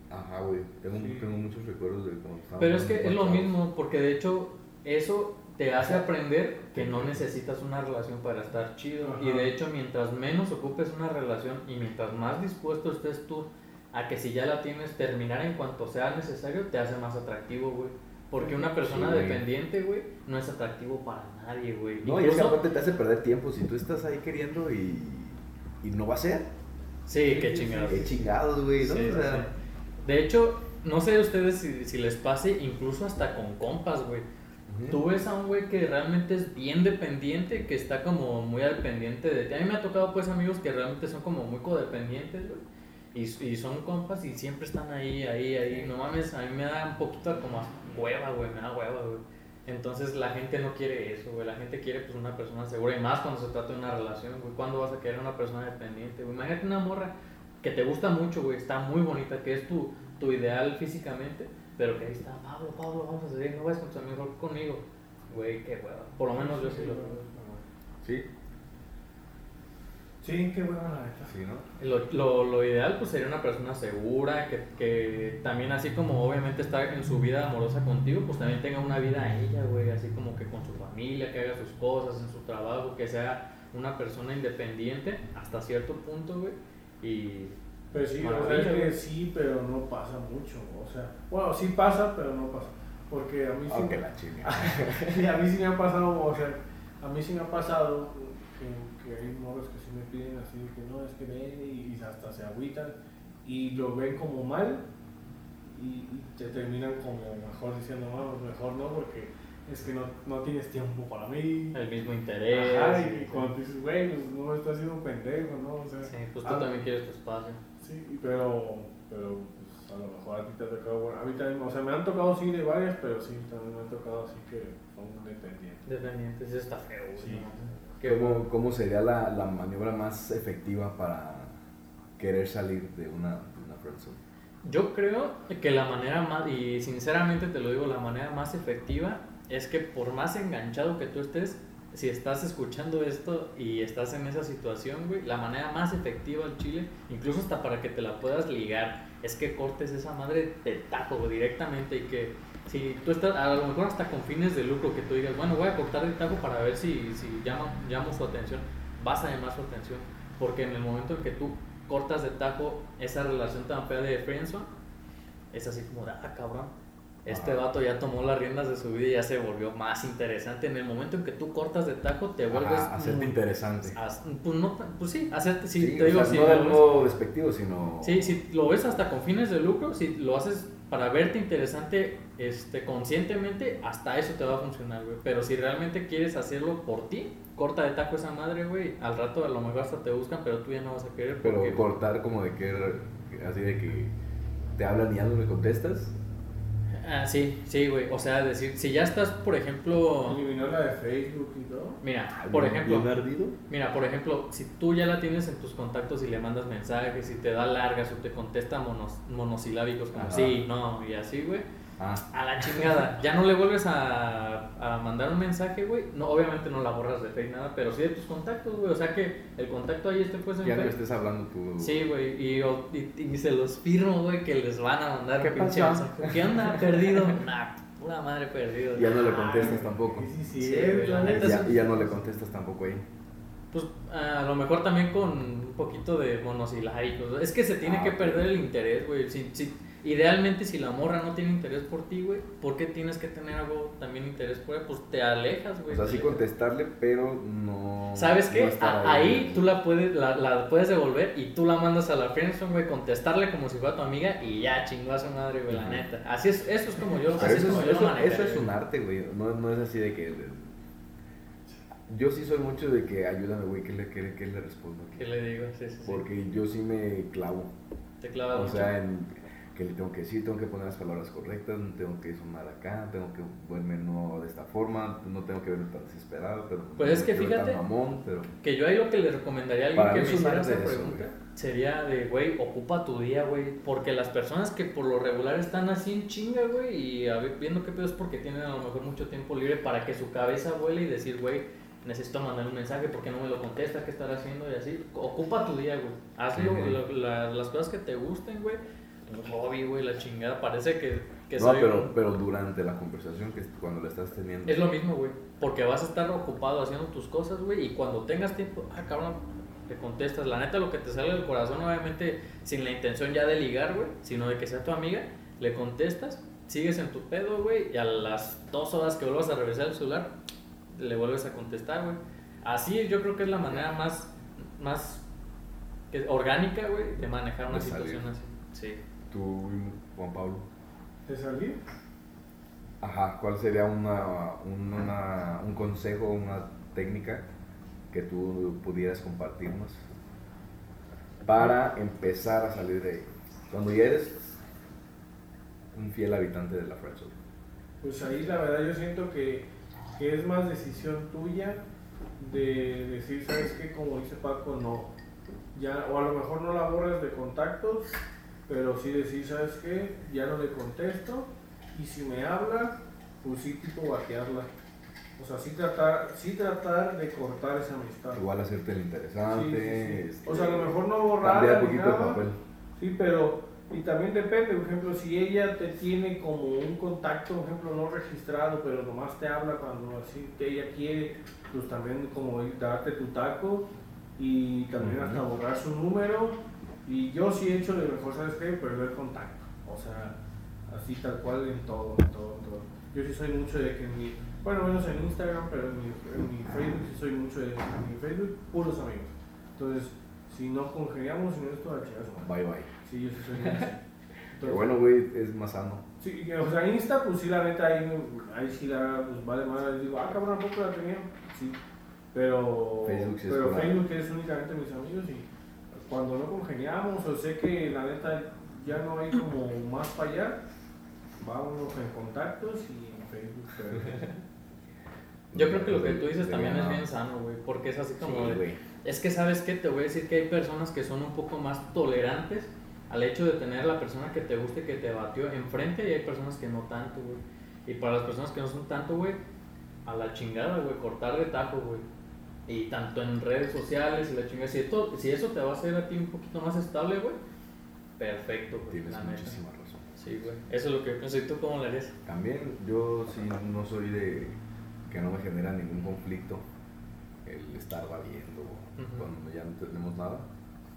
S1: Ajá, güey. Tengo,
S3: Sí.
S1: tengo muchos recuerdos de cuando estábamos
S2: Pero es que es lo
S1: encontrados.
S2: mismo, porque de hecho eso te hace aprender que no necesitas una relación para estar chido.
S3: Ajá.
S2: Y de hecho, mientras menos ocupes una relación y mientras más dispuesto estés tú a que si ya la tienes, terminar en cuanto sea necesario, te hace más atractivo, güey. Porque una persona
S1: Sí, güey.
S2: dependiente, güey, no es atractivo para nadie, güey.
S1: No, y es que
S2: Incluso-
S1: aparte te hace perder tiempo. Si tú estás ahí queriendo y, y no va a ser,
S2: Sí, qué
S3: Sí, sí,
S2: chingados.
S1: qué chingados, güey, ¿no?
S2: Sí,
S1: o sea,
S2: sí. De hecho, no sé ustedes si, si les pase incluso hasta con compas, güey.
S1: ujú.
S2: Tú ves a un güey que realmente es bien dependiente, que está como muy al pendiente de ti. A mí me ha tocado pues amigos que realmente son como muy codependientes, güey. Y, y son compas y siempre están ahí, ahí, ahí. No mames, a mí me da un poquito como hueva, güey, me da hueva, güey. Entonces la gente no quiere eso, güey. La gente quiere pues una persona segura y más cuando se trata de una relación, güey. ¿Cuándo vas a querer una persona dependiente, güey? Imagínate una morra que te gusta mucho, güey. Está muy bonita, que es tu, tu ideal físicamente, pero que ahí está, Pablo, Pablo, vamos a salir, no vas con tus amigos, mejor conmigo. Güey, qué hueva. Por lo menos yo sí lo
S1: Sí,
S3: Sí, qué bueno, la neta.
S1: sí, ¿no?
S2: Lo, lo, lo ideal pues sería una persona segura, que, que también así como obviamente está en su vida amorosa contigo, pues también tenga una vida a ella, güey, así como que con su familia, que haga sus cosas, en su trabajo, que sea una persona independiente hasta cierto punto, güey. Y
S3: Pero sí, o sea,
S2: Maravilla,
S3: es que
S2: güey.
S3: sí, pero no pasa mucho. O sea, bueno, sí pasa, pero no pasa. Porque a mí sí.
S1: Aunque la chinga.
S2: Ah,
S3: Sí, a mí sí me ha pasado, o sea, a mí sí me ha pasado que, que hay morros que sí me piden así, de que no, es que ven y, y hasta se agüitan y lo ven como mal y, y te terminan como mejor diciendo, no, pues mejor no, porque es que no, no tienes tiempo para mí.
S2: el mismo interés.
S3: Ajá, y, cuando te dices, güey, pues no me estás haciendo un pendejo, ¿no? O sea,
S2: Sí, pues tú
S3: ah,
S2: también quieres tu espacio.
S3: Sí, pero, pero pues, a lo mejor a ti te ha tocado, bueno, a mí también, o sea, me han tocado sí de varias, pero sí, también me han tocado así que son dependientes.
S2: Dependiente, eso está feo, güey.
S3: Sí.
S2: ¿no? Qué
S1: ¿Cómo, cómo sería la, la maniobra más efectiva para querer salir de una, de una friendzone?
S2: Yo creo que la manera más, y sinceramente te lo digo, la manera más efectiva es que por más enganchado que tú estés, si estás escuchando esto y estás en esa situación, güey, la manera más efectiva al chile, incluso hasta para que te la puedas ligar, es que cortes esa madre de taco güey, directamente y que si tú estás, a lo mejor hasta con fines de lucro, que tú digas, bueno, voy a cortar el taco para ver si, si llama, llamo su atención, vas a llamar su atención, porque en el momento en que tú cortas de taco esa relación tan fea de friendzone, es así como, de, ah, cabrón, este
S1: Ah.
S2: vato ya tomó las riendas de su vida y ya se volvió más interesante. En el momento en que tú cortas de taco, te vuelves...
S1: Ajá, hacerte
S2: muy-
S1: interesante.
S2: as- pues, no, tan- pues sí, hacerte, sí,
S1: Sí,
S2: te
S1: o
S2: digo,
S1: sea,
S2: sí,
S1: no
S2: lo
S1: del
S2: ves-
S1: modo despectivo, sino...
S2: Sí, si lo ves hasta con fines de lucro, si lo haces para verte interesante este, conscientemente, hasta eso te va a funcionar, güey. Pero si realmente quieres hacerlo por ti, corta de taco esa madre, güey. Al rato a lo mejor hasta te buscan, pero tú ya no vas a querer
S1: Pero
S2: porque...
S1: cortar como de que... Así de que te hablan y ya no le contestas.
S2: Ah, sí, sí, güey. O sea, decir, si ya estás, por ejemplo...
S3: Eliminó la de Facebook y todo.
S2: Mira, por ejemplo...
S1: Bien eh. ardido.
S2: Mira, por ejemplo, si tú ya la tienes en tus contactos y le mandas mensajes y te da largas o te contesta monos- monosilábicos como
S1: Ajá.
S2: sí, no y así, güey,
S1: Ah,
S2: a la chingada. Ya no le vuelves a, a mandar un mensaje, güey. No, obviamente no la borras de Facebook nada, pero sí de tus contactos, güey. O sea que el contacto ahí esté pues en
S1: ya no
S2: Facebook.
S1: estés hablando tú.
S2: Sí, güey, y, o- y- y se los firmo, güey, que les van a mandar
S1: ¿Qué
S2: un pinche
S1: pasó?
S2: mensaje. ¿Qué onda? ¿Perdido? Nah, pura madre perdido.
S1: Ya no le
S2: Nah.
S1: contestas tampoco.
S3: Sí, sí,
S2: Sí,
S3: es,
S2: güey, la
S3: la
S1: Y
S2: neta
S3: neta.
S1: ya, y ya no le contestas tampoco ahí.
S2: Pues a lo mejor también con un poquito de monosilábicos. Es que se tiene
S1: Ah,
S2: que
S1: ok.
S2: perder el interés, güey. Si, si- idealmente, si la morra no tiene interés por ti, güey, ¿por qué tienes que tener algo también interés por ella? Pues te alejas, güey.
S1: O sea,
S2: te
S1: sí
S2: alejas.
S1: contestarle, pero no.
S2: ¿Sabes
S1: no
S2: qué?
S1: estar
S2: A- ahí tú la puedes, la, la puedes devolver y tú la mandas a la friendzone, güey, contestarle como si fuera tu amiga y ya chingó a su madre, güey, la
S1: Ujú.
S2: neta. Así es, eso es como yo,
S1: Pero
S2: así es
S1: eso,
S2: como
S1: es,
S2: yo lo
S1: eso,
S2: manejaría,
S1: eso es
S2: güey.
S1: un arte, güey. No, no es así de que. Yo sí soy mucho de que ayúdame, güey, ¿qué le, qué, qué le respondo aquí?
S2: ¿Qué le digo? Sí, sí, sí.
S1: Porque yo sí me clavo.
S2: Te clavas
S1: O
S2: mucho.
S1: sea, en que le tengo que decir, tengo que poner las palabras correctas, no tengo que sumar acá, tengo que verme no de esta forma, no tengo que verme tan desesperado, pero
S2: Pues es que fíjate-
S1: tan mamón, pero
S2: Que yo ahí lo que le recomendaría a alguien
S1: Para
S2: que
S1: mí
S2: me
S1: es un
S2: hiciera
S1: arte
S2: esa
S1: eso,
S2: pregunta sería de, güey, ocupa tu día, güey. Porque las personas que por lo regular están así en chinga, güey, y a ver- viendo qué pedo es porque tienen a lo mejor mucho tiempo libre para que su cabeza vuele y decir, güey, necesito mandar un mensaje porque no me lo contesta, qué estará haciendo y así. Ocupa tu día, güey. Hazlo,
S1: Ujú.
S2: lo- la- las cosas que te gusten, güey. Un hobby, güey, la chingada. Parece que, que
S1: no,
S2: soy
S1: pero,
S2: un-
S1: pero durante la conversación que cuando la estás teniendo.
S2: es lo mismo, güey. Porque vas a estar ocupado haciendo tus cosas, güey. Y cuando tengas tiempo, ah, cabrón, te contestas. La neta, lo que te sale del corazón, obviamente, sin la intención ya de ligar, güey, sino de que sea tu amiga, le contestas, sigues en tu pedo, güey. Y a las dos horas que vuelvas a revisar el celular, le vuelves a contestar, güey. Así yo creo que es la manera más, más que- orgánica, güey, de manejar una
S1: De salir.
S2: situación así. Sí.
S1: Tú, Juan Pablo.
S3: ¿Te salí?
S1: Ajá, ¿cuál sería una, un, una- un consejo, una técnica que tú pudieras compartirnos para empezar a salir de ahí? Cuando ya eres un fiel habitante de la friendzone.
S3: Pues ahí la verdad yo siento que, que es más decisión tuya de decir, ¿sabes qué? Como dice Paco, no. Ya, o a lo mejor no la borras de contactos, pero sí decir, ¿sabes qué? Ya no le contesto. Y si me habla, pues sí tipo batearla. O sea, sí tratar, sí tratar de cortar esa amistad.
S1: Igual hacerte el
S3: Sí,
S1: interesante.
S3: sí, sí.
S1: este,
S3: O sea, a lo mejor no borrar.
S1: cambiar poquito de
S3: nada,
S1: papel.
S3: Sí, pero y también depende, por ejemplo, si ella te tiene como un contacto, por ejemplo, no registrado, pero nomás te habla cuando así que ella quiere, pues también como darte tu taco y también
S1: Ujú.
S3: hasta borrar su número. Y yo sí he hecho de mejor, ¿sabes qué? Perder contacto. O sea, así tal cual en todo, en todo, en todo. Yo sí soy mucho de que en mi, bueno, menos en Instagram, pero en mi, en mi Facebook sí soy mucho de en mi Facebook, puros amigos. Entonces, si no congeniamos, si no esto, a chingar a su madre.
S1: Bye bye.
S3: Sí, yo sí soy muy así.
S1: Pero
S3: Entonces,
S1: bueno, güey, es más sano.
S3: Sí, que, o sea, Insta, pues sí, la neta, ahí, ahí sí la, pues vale más, digo, ah, cabrón, ¿a poco la tenía? Sí, pero
S1: Facebook sí es
S3: pero
S1: por ahí.
S3: Facebook es únicamente mis amigos y cuando no congeniamos, o sé que la neta ya no hay como más para allá, vámonos en contactos y en Facebook. pero-
S2: Yo creo que lo que tú dices
S1: De-
S2: también
S1: de-
S2: es
S1: no.
S2: bien sano, güey, porque es así como
S1: Sí,
S2: de,
S1: güey.
S2: Es que sabes que te voy a decir que hay personas que son un poco más tolerantes al hecho de tener a la persona que te guste, que te batió enfrente y hay personas que no tanto, güey. Y para las personas que no son tanto, güey, a la chingada, güey, cortar de tajo, güey. Y tanto en redes sociales y la chingada. Si, esto- si eso te va a hacer a ti un poquito más estable, güey, perfecto, güey.
S1: Tienes
S2: La neta.
S1: muchísima razón.
S2: Sí, güey. Eso es lo que yo pienso. ¿Y tú cómo le harías?
S1: También yo sí no soy de que no me genera ningún conflicto el estar valiendo
S2: Ujú.
S1: cuando ya no tenemos nada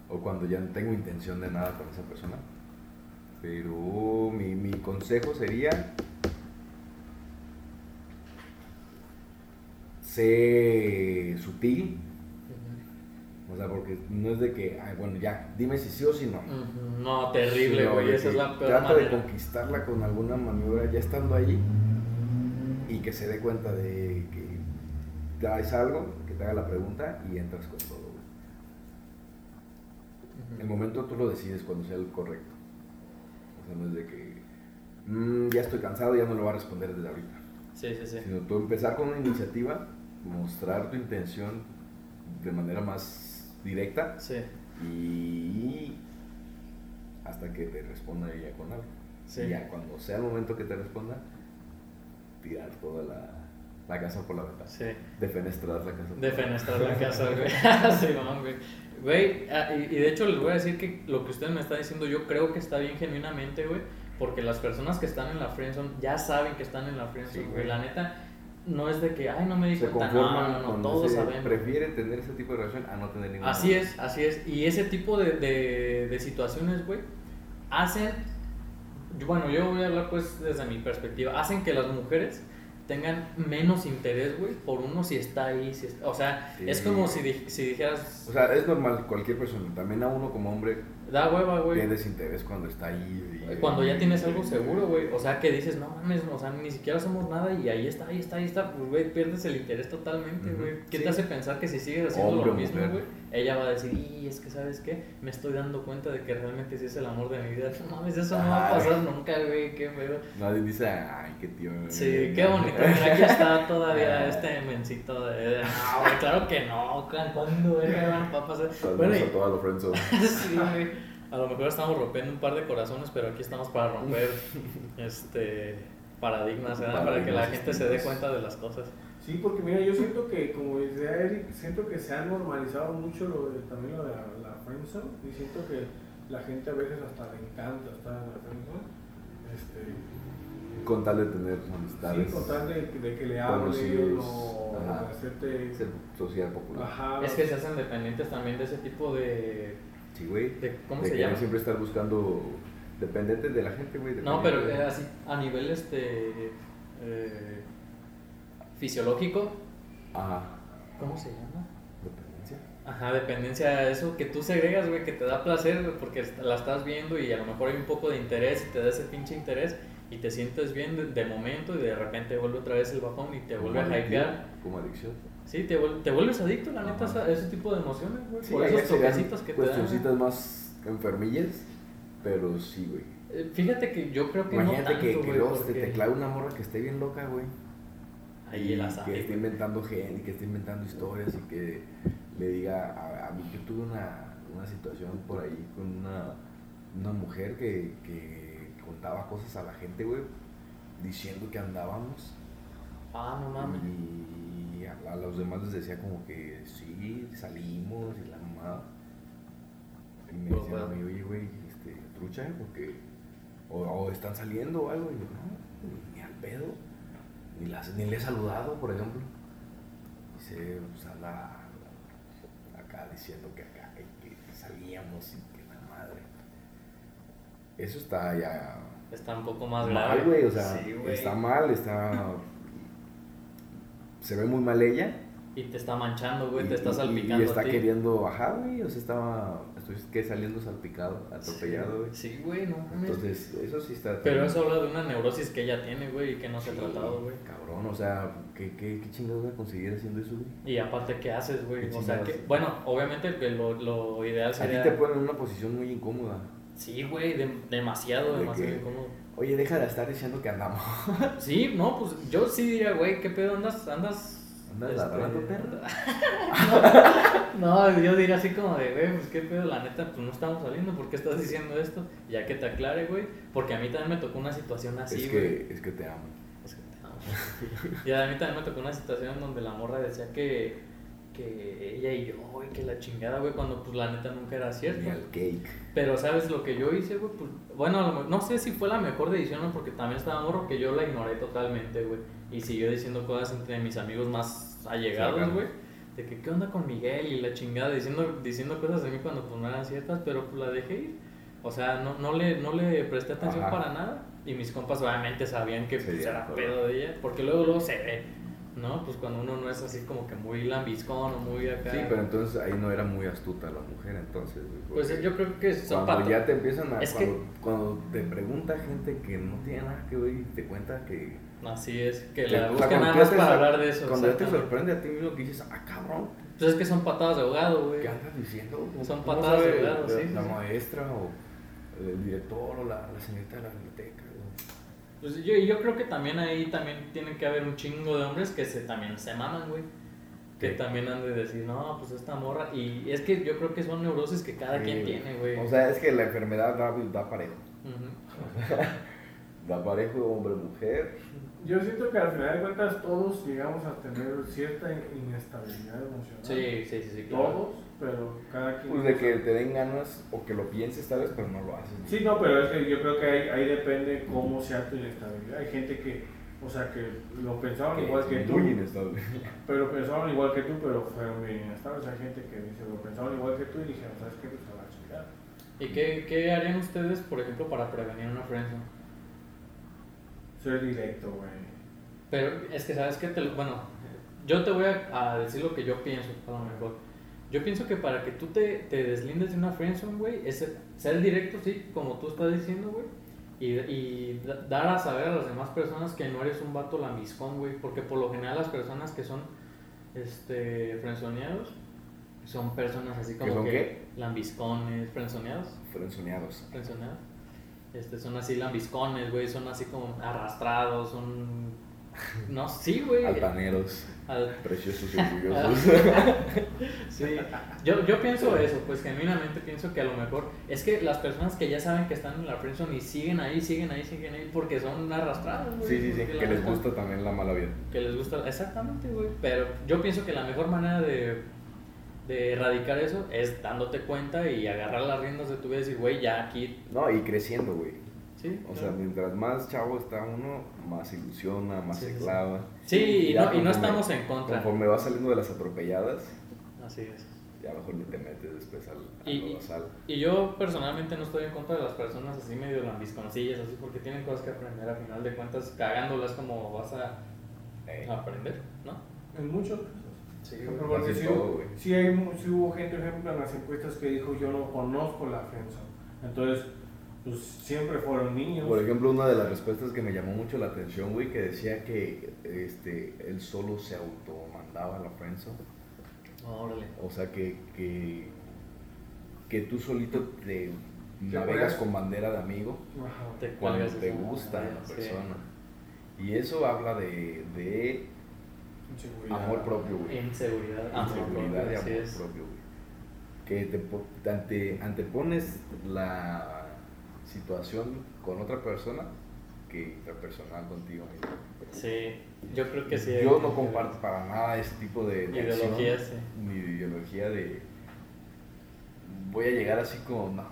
S1: o cuando ya no tengo intención de nada con esa persona. Pero mi, mi consejo sería sé sutil, o sea, porque no es de que, ay, bueno, ya, dime si sí o si no.
S2: Ujú. No, terrible,
S1: Sino
S2: güey.
S1: de
S2: Esa es
S1: que
S2: la peor
S1: Trata
S2: manera.
S1: de conquistarla con alguna maniobra ya estando allí y que se dé cuenta de que traes algo, que te haga la pregunta y entras con todo. güey.
S2: Ujú.
S1: El momento tú lo decides cuando sea el correcto. O sea, no es de que "Mm, ya estoy cansado, ya no lo voy a responder desde ahorita.
S2: Sí, sí, sí.
S1: Sino tú empezar con una iniciativa, mostrar tu intención de manera más directa
S2: Sí.
S1: y hasta que te responda ella con algo.
S2: Sí.
S1: Y ya cuando sea el momento que te responda, tirar toda la, la casa por la ventana.
S2: Sí.
S1: Defenestrar la casa. por la ventana.
S2: Defenestrar la casa, güey. sí, mamá, güey. Güey, ah, y, y de hecho les voy a decir que lo que ustedes me están diciendo yo creo que está bien genuinamente, güey. Porque las personas que están en la friendzone ya saben que están en la friendzone,
S1: Sí,
S2: güey.
S1: güey.
S2: La neta, no es de que, ay, no me di
S1: Se
S2: cuenta. No,
S1: conforman
S2: no, no,
S1: con
S2: todos
S1: ese-
S2: sabemos.
S1: Prefiere tener ese tipo de relación a no tener ninguna.
S2: Así es, así es. Y ese tipo de, de- de situaciones, güey, hacen, yo- bueno, yo voy a hablar pues desde mi perspectiva, hacen que las mujeres tengan menos interés, güey, por uno si está ahí. Si está- o sea,
S1: Sí.
S2: es como si, di- si dijeras,
S1: O sea, es normal, cualquier persona, también a uno como hombre,
S2: da hueva, güey.
S1: tiene desinterés cuando está ahí. y-
S2: Cuando ya tienes algo seguro, güey. O sea, que dices, no mames, o sea, ni siquiera somos nada y ahí está, ahí está, ahí está. Pues, güey, pierdes el interés totalmente,
S1: Ujú.
S2: güey. ¿Qué
S1: Sí.
S2: te hace pensar que si sigues haciendo
S1: Hombre o
S2: lo mismo,
S1: mujer.
S2: güey? Ella va a decir, y es que, ¿sabes qué? Me estoy dando cuenta de que realmente sí es el amor de mi vida. No mames, eso no va a
S1: Ay.
S2: pasar nunca, güey. Qué pedo.
S1: Nadie dice, ay, qué tío. eh,
S2: Sí, qué bonito. Mira, aquí está
S1: Ah.
S2: todavía este mencito de. de- No, güey, claro que no. ¿cu- ¿Cuándo, güey? Va a pasar.
S1: Saludos
S2: Bueno,
S1: a
S2: y-
S1: toda la friendzone.
S2: sí, güey. A lo mejor estamos rompiendo un par de corazones, pero aquí estamos para romper este paradigmas, ¿verdad? para que la
S1: Paradigmas
S2: gente se dé
S1: distintos.
S2: cuenta de las cosas.
S3: Sí, porque mira, yo siento que, como decía Eric, siento que se ha normalizado mucho lo de- también lo de la, la friendzone y siento que la gente a veces hasta le encanta estar en la friendzone. Este,
S1: Con tal de tener amistades.
S3: sí, con tal de, de que le hablen
S1: Conocidos,
S3: o
S1: ajá.
S3: de hacerte...
S1: Es el social popular.
S3: Ajá,
S2: Es que se hacen dependientes también de ese tipo de.
S1: Sí, güey.
S2: de- ¿Cómo
S1: de
S2: se
S1: que
S2: llama?
S1: no siempre estar buscando dependientes de la gente, güey.
S2: No,
S1: dependiente
S2: pero
S1: de-
S2: eh, así, a nivel este. eh, fisiológico,
S1: Ajá.
S2: ¿cómo se llama?
S1: Dependencia.
S2: Ajá, dependencia a eso que tú segregas, güey, que te da placer, güey, porque est- la estás viendo y a lo mejor hay un poco de interés y te da ese pinche interés y te sientes bien de, de momento y de repente vuelve otra vez el bajón y te vuelve a
S1: Como
S2: hypear.
S1: adicción, Como adicción.
S2: Sí, te, vuel- te vuelves adicto, la neta,
S1: Ajá.
S2: a ese tipo de emociones, güey.
S1: Sí,
S2: por
S1: ahí
S2: esos
S1: serían
S2: toquecitos que te dan.
S1: Cuestioncitas más enfermillas, pero sí, güey.
S2: Eh, Fíjate que yo creo que
S1: Imagínate
S2: no tanto,
S1: que, que
S2: güey,
S1: luego te-
S2: porque
S1: te clave una morra que esté bien loca, güey.
S2: ahí el
S1: Y
S2: azar.
S1: Que esté inventando gente, que esté inventando historias y que le diga, a, a mí yo tuve una, una situación por ahí con una, una mujer que, que contaba cosas a la gente, güey, diciendo que andábamos
S2: Ah, no mames.
S1: y a, a los demás les decía como que sí, salimos y la mamá. Y me
S2: Pues,
S1: decían a
S2: bueno.
S1: mí, oye, güey, este, trucha, porque. O, o están saliendo o algo. Y yo, no, pues, ni al pedo. Ni, las, ni le he saludado, por ejemplo. Dice, pues anda acá diciendo que acá, y que salíamos y que la madre. Eso está ya
S2: Está un poco más grave.
S1: mal, güey, o sea,
S2: Sí, güey.
S1: está mal, está se ve muy mal ella
S2: Y te está manchando, güey,
S1: y-
S2: te está
S1: y-
S2: salpicando.
S1: y está
S2: a ti.
S1: queriendo bajar, güey, o sea, estaba estoy que saliendo salpicado, atropellado, güey.
S2: Sí, güey, no mames.
S1: Entonces, eso sí está
S2: Pero eso habla de una neurosis que ella tiene, güey, y que no se ha tratado, güey.
S1: Cabrón, o sea, ¿qué, qué, qué chingados voy a conseguir haciendo eso, güey?
S2: Y aparte, ¿qué haces, güey?
S1: Qué
S2: O sea,
S1: chingados.
S2: que, bueno, obviamente que lo, lo ideal
S1: A ti
S2: sería...
S1: te ponen en una posición muy incómoda.
S2: Sí, güey, de- demasiado,
S1: ¿De
S2: demasiado
S1: qué?
S2: incómodo.
S1: Oye, deja de estar diciendo que andamos.
S2: Sí, no, pues yo sí diría, güey, ¿qué pedo andas? ¿Andas? este,
S1: ¿Andas ladrando, perro?
S2: no, yo diría así como de, güey, pues qué pedo, la neta, pues no estamos saliendo, ¿por qué estás diciendo esto? Ya que te aclare, güey, porque a mí también me tocó una situación así,
S1: es
S2: Ah, güey.
S1: que es que te amo.
S2: Es que te amo. Ah, Y a mí también me tocó una situación en donde la morra decía que, que ella y yo, güey, que la chingada, güey, cuando pues la neta nunca era
S1: Ni
S2: cierto.
S1: al cake.
S2: Pero sabes lo que yo hice, güey, pues, bueno, a lo mejor- no sé si fue la mejor decisión o no, porque también estaba morro que yo la ignoré totalmente, güey. Y siguió diciendo cosas entre mis amigos más allegados,
S1: Cercanos.
S2: güey. De que qué onda con Miguel y la chingada, diciendo, diciendo cosas de mí cuando pues no eran ciertas, pero pues la dejé ir. O sea, no, no, le, no le presté atención
S1: Ajá.
S2: para nada. Y mis compas obviamente sabían que
S1: Sí,
S2: pues,
S1: ya me
S2: era
S1: acuerdo.
S2: pedo de ella, porque luego luego se ve, ¿no? Pues cuando uno no es así como que muy lambiscón o muy acá.
S1: Sí, pero entonces ahí no era muy astuta la mujer, entonces, güey.
S2: Pues
S1: porque-
S2: yo creo que son
S1: Cuando
S2: pato-
S1: ya te empiezan a.
S2: Es que-
S1: cuando, cuando te pregunta gente que no tiene nada que ver y te cuenta que.
S2: Así es, que
S1: que-
S2: la
S1: o sea,
S2: buscan
S1: cuando
S2: nada
S1: ya
S2: más
S1: te
S2: para
S1: sor-
S2: hablar de eso.
S1: Cuando ya te
S2: exactamente.
S1: sorprende a ti mismo que dices, ah, cabrón,
S2: Pues es que son patadas de ahogado, güey.
S1: ¿qué andas diciendo? ¿Cómo-
S2: Son
S1: cómo
S2: patadas de
S1: sabe
S2: ahogado,
S1: la,
S2: sí, sí,
S1: la
S2: sí.
S1: maestra o el director o la, la señorita de la biblioteca. güey.
S2: Pues yo, yo creo que también ahí también tiene que haber un chingo de hombres que se, también se maman, güey. Que
S1: Sí.
S2: también han de decir, no, pues esta morra. Y es que yo creo que son neurosis que cada
S1: Sí,
S2: quien
S1: güey.
S2: tiene, güey.
S1: Eh, O sea, es que la enfermedad da, da parejo.
S2: Ujú.
S1: Da parejo hombre-mujer.
S3: Yo siento que al final de cuentas todos llegamos a tener cierta inestabilidad emocional.
S2: Sí, sí, sí, sí, claro.
S3: Todos, pero cada quien...
S1: Pues de que te den ganas o que lo pienses tal vez, pero no lo haces. güey.
S3: Sí, no, pero es que yo creo que ahí, ahí depende cómo sea tu inestabilidad. Hay gente que, o sea, que lo pensaban
S1: Que
S3: igual
S1: es
S3: que tú,
S1: muy inestable.
S3: pero pensaban igual que tú, pero fueron bien inestables. Hay gente que dice, lo pensaban igual que tú y dijeron, ¿sabes qué? Pues te va a chingar.
S2: ¿Y qué, qué harían ustedes, por ejemplo, para prevenir una friendzone?
S3: Ser directo, güey.
S2: Pero es que, ¿sabes qué? Te lo- bueno, yo te voy a, a decir lo que yo pienso, a lo mejor. Yo pienso que para que tú te, te deslindes de una friendzone, güey, es ser- ser directo, sí, como tú estás diciendo, güey, y, y da- dar a saber a las demás personas que no eres un vato lambiscón, güey, porque por lo general las personas que son, este, friendzoneados, son personas así como
S1: ¿Que son
S2: que...
S1: qué?
S2: Lambiscones, friendzoneados,
S1: Fueron soñados.
S2: friendzoneados. Este, son así lambiscones, güey, son así como arrastrados, son... No, sí, güey.
S1: Altaneros,
S2: Al-
S1: preciosos y orgullosos.
S2: Sí, yo, yo pienso eso, pues genuinamente pienso que a lo mejor es que las personas que ya saben que están en la friendzone y siguen ahí, siguen ahí, siguen ahí porque son arrastradas, güey,
S1: sí, sí, sí,
S2: porque la
S1: que les
S2: neta,
S1: gusta también la mala vida.
S2: Que les gusta, exactamente, güey. Pero yo pienso que la mejor manera de, de erradicar eso es dándote cuenta y agarrar las riendas de tu vida y decir, güey, ya aquí,
S1: No, y creciendo, güey.
S2: sí.
S1: O
S2: claro.
S1: sea, mientras más chavo está uno, más ilusiona, más
S2: Sí,
S1: se
S2: sí, sí.
S1: clava.
S2: sí, y
S1: ya
S2: no, y no
S1: conforme-
S2: estamos en contra.
S1: Conforme va saliendo de las atropelladas,
S2: Así es.
S1: ya mejor ni te metes después al, al
S2: Y-
S1: lodazal.
S2: Y yo personalmente no estoy en contra de las personas así medio lambisconcillas, así porque tienen cosas que aprender. A final de cuentas, cagándolas como vas a
S1: Eh,
S2: aprender, ¿no?
S3: En muchos casos.
S2: Sí,
S3: Por ejemplo,
S1: güey.
S3: porque
S1: Casi
S3: sí,
S1: todo,
S3: hubo-
S1: güey.
S3: sí hay, mu- sí hubo gente, por ejemplo, en las encuestas que dijo yo no conozco la friendzone. Entonces, pues siempre fueron niños.
S1: Por ejemplo, una de las respuestas que me llamó mucho la atención, güey, que decía que este, él solo se automandaba a la friendzone.
S2: Órale.
S1: O sea, que, que, que tú solito te
S3: Te
S1: navegas
S3: juegas.
S1: con bandera de amigo
S3: Ajá.
S2: Te
S1: cuando
S2: cuelgas
S1: te
S2: esa
S1: gusta la
S2: madre, sí.
S1: persona. Y eso habla de, de
S3: Inseguridad.
S1: amor propio, güey.
S2: Inseguridad, Ah, amor
S1: Inseguridad y
S2: propio, así
S1: amor
S2: es.
S1: propio, güey. Que te, po- te ante- antepones la situación con otra persona que la personal contigo mismo.
S2: Sí, yo creo que sí.
S1: Yo no comparto para nada ese tipo de, de acción,
S2: Ideologías, sí.
S1: ni de ideología de voy a llegar así como no,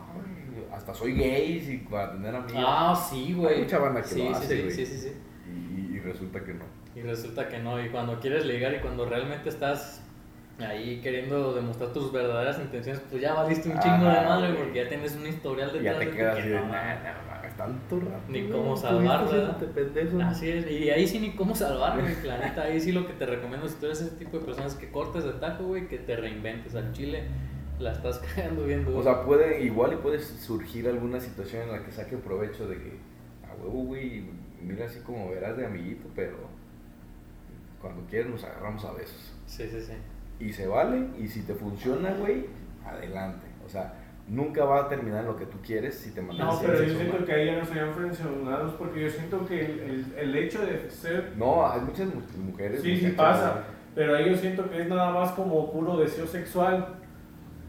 S1: güey, hasta soy gay si para tener amigos
S2: Ah, sí, güey.
S1: Hay mucha banda que
S2: sí,
S1: lo
S2: sí,
S1: hace,
S2: sí,
S1: güey.
S2: sí, sí, sí.
S1: y, y- y resulta que no.
S2: Y resulta que no. Y cuando quieres ligar y cuando realmente estás ahí queriendo demostrar tus verdaderas intenciones, pues ya valiste un chingo de
S1: Ajá,
S2: madre
S1: güey.
S2: porque ya tienes un historial
S1: Y
S2: detrás
S1: ya te
S2: de ti
S1: quedas
S2: que
S1: así de
S2: no,
S1: nada, nada, tanto rato.
S2: Ni
S1: güey,
S2: cómo
S1: estuviste
S2: salvarla.
S1: haciéndote pendejo.
S3: Ah,
S2: Así es, y ahí sí ni cómo salvar, güey, la neta, ahí sí lo que te recomiendo si tú eres ese tipo de personas que cortes de taco, güey, que te reinventes al chile, la estás cagando bien duro.
S1: O sea, puede, igual y puede surgir alguna situación en la que saque provecho de que, a huevo, güey, mira así como verás de amiguito, pero cuando quieres nos agarramos a besos.
S2: sí, sí, sí.
S1: Y se vale, y si te funciona, güey, adelante. O sea, nunca va a terminar en lo que tú quieres si te
S3: No,
S1: mandas
S3: pero yo siento que ahí ya no serían frenzonados porque yo siento que el, el- el hecho de ser.
S1: No, hay muchas mu- mujeres.
S3: Sí, sí
S1: muchachas,
S3: pasa. Pero ahí yo siento que es nada más como puro deseo sexual.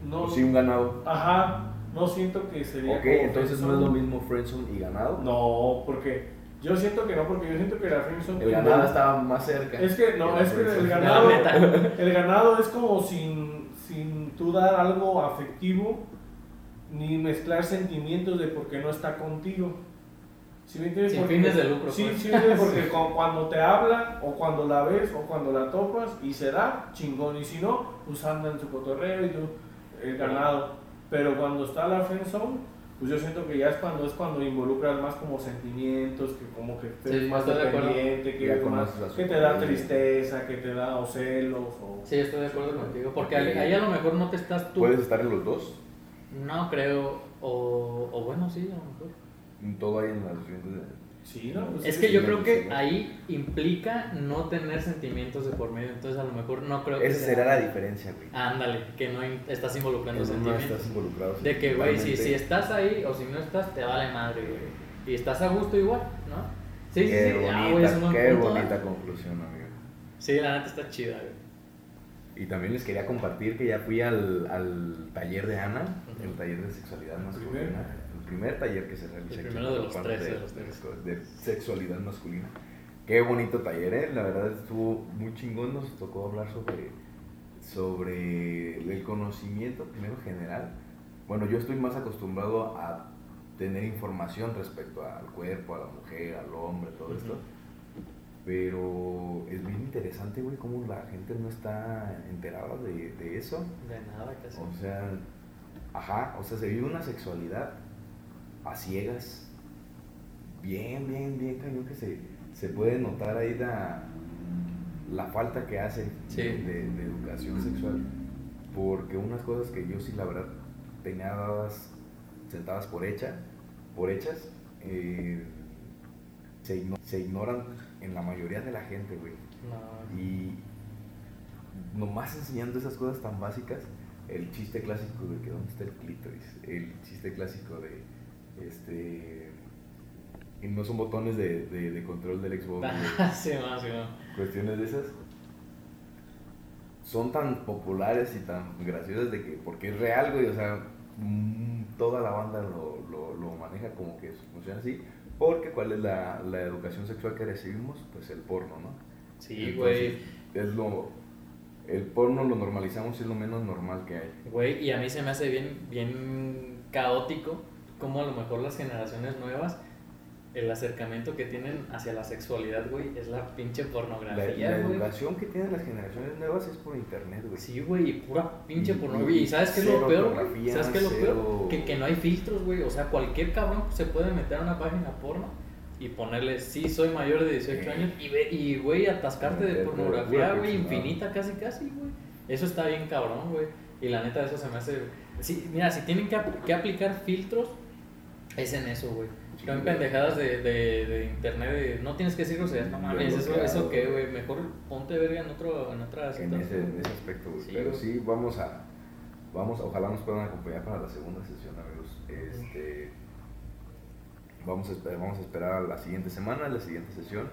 S1: ¿no?
S3: No,
S1: O Pues sí, un ganado.
S3: Ajá, no siento que sería.
S1: Ok,
S3: como
S1: entonces no es
S3: friendzone.
S1: lo mismo friendzone y ganado.
S3: No, porque yo siento que no, porque yo siento que la friendzone
S1: El ganado estaba más cerca.
S3: Es que no,
S1: la
S3: es que el
S1: friendzone.
S3: ganado,
S2: La
S3: el ganado es como sin, sin tú dar algo afectivo ni mezclar sentimientos de por qué no está contigo. ¿Sí me entiendes?
S2: Sin
S3: Porque-
S2: fines de lucro,
S3: Sí,
S2: pues.
S3: sí, me entiendes? porque cu- cuando te habla o cuando la ves o cuando la topas y se da, chingón. Y si no, pues anda en su cotorreo y tú, el ganado. Pero cuando está la friendzone, pues yo siento que ya es cuando es cuando involucras más como sentimientos, que como que estés
S2: Sí,
S3: más
S2: estoy de acuerdo.
S3: dependiente, que,
S1: Ya
S3: eres más-
S1: conoces a su
S3: que te da
S1: familia.
S3: tristeza, que te da o celos o...
S2: Sí, estoy de acuerdo contigo, porque ahí, ahí a lo mejor no te estás tú,
S1: Puedes estar en los dos.
S2: no creo, o, o bueno, sí, a lo mejor.
S1: Todo ahí en las diferentes
S3: Sí, ¿no? Pues
S2: Es
S3: sí,
S2: que
S3: sí.
S2: yo creo que ahí implica no tener sentimientos de por medio, entonces a lo mejor no creo que...
S1: Esa
S2: sea-
S1: será la diferencia, güey.
S2: Ándale, que no in- estás
S1: En
S2: involucrando
S1: uno
S2: sentimientos.
S1: estás involucrado.
S2: De que, güey, si,
S1: sentimentalmente.
S2: si estás ahí o si no estás, te vale madre, güey. Y estás a gusto igual, ¿no? Sí, sí,
S1: Qué
S2: sí.
S1: bonita,
S2: Ah, güey, es un buen
S1: qué
S2: punto, ¿eh?
S1: bonita conclusión, amigo.
S2: Sí, la neta está chida, güey.
S1: Y también les quería compartir que ya fui al, al taller de Ana,
S2: Ujú.
S1: el taller de sexualidad
S3: primer?
S1: masculina. El primer taller que se realiza
S2: El
S1: aquí
S2: primero de
S1: en
S2: los
S1: Guanajuato
S2: tres, de los tres.
S1: de sexualidad masculina. Qué bonito taller, ¿eh? La verdad estuvo muy chingón, nos tocó hablar sobre, sobre el conocimiento, primero general. Bueno, yo estoy más acostumbrado a tener información respecto al cuerpo, a la mujer, al hombre, todo
S2: Ujú.
S1: esto. Pero es bien interesante, güey, cómo la gente no está enterada de, de eso.
S2: De nada, casi.
S1: O sea, ajá, o sea, se vive una sexualidad a ciegas. Bien, bien, bien, cañón que se, se puede notar ahí la, la falta que hace
S2: Sí.
S1: de, de- de educación sexual. Porque unas cosas que yo sí, la verdad, tenía dadas, sentadas por hecha, por hechas, eh, se, igno- se ignoran en la mayoría de la gente, güey.
S2: No.
S1: Y nomás enseñando esas cosas tan básicas, el chiste clásico de que dónde está el clítoris, el chiste clásico de este. Y no son botones de, de- de control del Xbox, oh, güey.
S2: sí, no, sí, no.
S1: cuestiones de esas. Son tan populares y tan graciosas de que, porque es real, güey, o sea, mm, toda la banda lo, lo- lo maneja como que funciona así. Porque, ¿cuál es la, la educación sexual que recibimos? Pues el porno, ¿no?
S2: Sí,
S1: Entonces,
S2: güey.
S1: Es lo. El porno lo normalizamos y es lo menos normal que hay.
S2: Güey, y a mí se me hace bien, bien caótico como a lo mejor las generaciones nuevas, el acercamiento que tienen hacia la sexualidad, güey, es la pinche
S1: La,
S2: pornografía,
S1: la
S2: güey.
S1: educación que tienen las generaciones nuevas es por internet, güey.
S2: Sí, güey, y pura pinche
S1: Y-
S2: pornografía. ¿Y sabes qué es
S1: cero
S2: lo peor? güey?
S1: ortografía,
S2: ¿Sabes qué es lo
S1: cero-
S2: peor? Que, que no hay filtros, güey. O sea, cualquier cabrón se puede meter a una página porno y ponerle, sí, soy mayor de 18
S1: Eh.
S2: años y, ve- y, güey, atascarte de
S1: Meterte
S2: pornografía,
S1: pura
S2: güey,
S1: cochinada.
S2: infinita casi, casi, güey. Eso está bien cabrón, güey. Y la neta, eso se me hace... Sí, mira, si tienen que, ap- que aplicar filtros, es en eso, güey.
S1: Sí,
S2: No en
S1: güey.
S2: pendejadas de, de, de internet, de, no tienes que decir groserías, no
S1: Yo
S2: mames, eso,
S1: bloqueado,
S2: eso qué,
S1: güey.
S2: güey, mejor ponte verga en, otro, en otra
S1: En ese,
S2: situación.
S1: en ese aspecto, güey.
S2: Sí,
S1: Pero
S2: güey.
S1: sí, vamos a. Vamos, ojalá nos puedan acompañar para la segunda sesión, amigos. Este. Vamos a esperar, vamos a esperar a la siguiente semana, la siguiente sesión.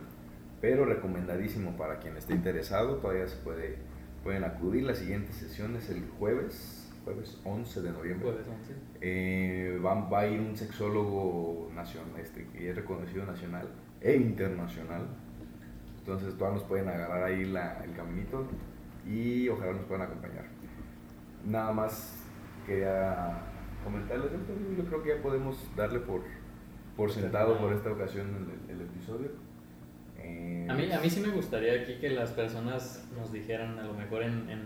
S1: Pero recomendadísimo para quien esté interesado, todavía se puede, pueden acudir. La siguiente sesión es el jueves, jueves 11 de noviembre.
S2: Pues, entonces.
S1: Eh, va, va a ir un sexólogo nacional, este, que es reconocido nacional e internacional. Entonces todas nos pueden agarrar ahí la- el caminito y ojalá nos puedan acompañar. Nada más quería comentarles esto. Yo creo que ya podemos darle por, por sentado por esta ocasión el, el episodio. Eh,
S2: A mí, a mí sí me gustaría aquí que las personas nos dijeran, a lo mejor en, en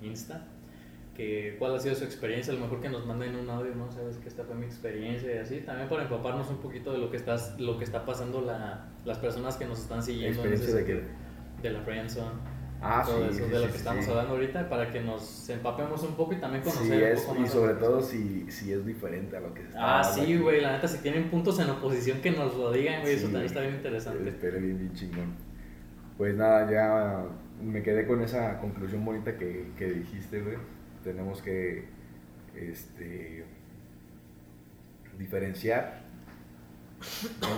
S2: Insta, que cuál ha sido su experiencia, a lo mejor que nos manden un audio, ¿no? Sabes que esta fue mi experiencia y así, también para empaparnos un poquito de lo que, estás, lo que está pasando la, las personas que nos están siguiendo. en ese
S1: experiencia de que...
S2: sentido, de la friendzone,
S1: Ah,
S2: este, todo
S1: sí,
S2: eso,
S1: sí,
S2: de lo
S1: sí,
S2: que
S1: sí,
S2: estamos
S1: sí.
S2: hablando ahorita, para que nos empapemos un poco y también conocer
S1: Sí,
S2: un
S1: es-
S2: poco
S1: y
S2: más a
S1: sobre
S2: las
S1: todo si,
S2: personas.
S1: si es diferente a lo que se está
S2: Ah,
S1: hablando
S2: sí,
S1: aquí.
S2: güey, la neta, si tienen puntos en oposición que nos lo digan, güey, eso
S1: Sí,
S2: también está bien
S1: Eh,
S2: interesante.
S1: Pero bien, bien chingón. Pues nada, ya me quedé con esa conclusión bonita que, que dijiste, güey. Tenemos que este, diferenciar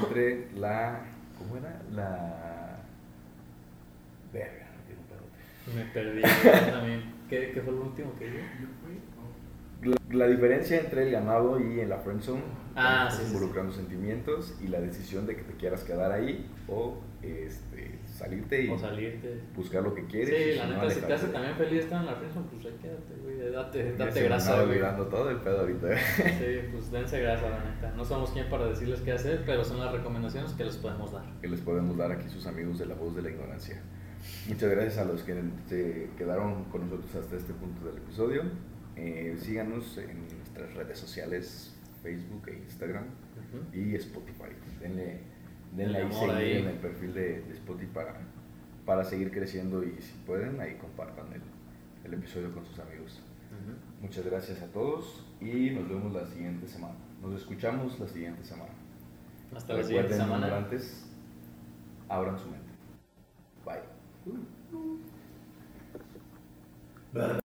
S1: entre la. ¿Cómo era? La. Verga, no tiene un pedote.
S2: Me perdí yo también. ¿Qué, qué fue lo último que dije?
S3: Yo, güey, no.
S1: La, la diferencia entre el ganado y en la friendzone,
S2: Ah,
S1: estás
S2: sí, sí, sí.
S1: involucrando sentimientos y la decisión de que te quieras quedar ahí o este, salirte y
S2: O salirte.
S1: buscar lo que quieres. y
S2: Sí,
S1: si
S2: la
S1: no,
S2: neta, si te
S1: alejarte.
S2: hace también feliz estar en la prensa, pues ahí quédate, güey. Date,
S1: Ya
S2: date
S1: se me
S2: grasa,
S1: andaba
S2: güey.
S1: olvidando todo el pedo ahorita. eh,
S2: Sí, pues dense grasa, la neta. No somos quien para decirles qué hacer, pero son las recomendaciones que les podemos dar.
S1: que les podemos dar aquí sus amigos de la voz de la ignorancia. Muchas gracias a los que se quedaron con nosotros hasta este punto del episodio. Eh, síganos en nuestras redes sociales, Facebook e Instagram y Spotify. Denle, denle ahí
S2: Denle amor
S1: seguir
S2: ahí.
S1: en el perfil de, de Spotify para, para seguir creciendo y si pueden ahí compartan el, el episodio con sus amigos. Muchas gracias a todos y nos vemos la siguiente semana. Nos escuchamos la siguiente semana.
S2: Hasta la
S1: Recuerden,
S2: siguiente semana.
S1: ignorantes, abran su mente. Bye.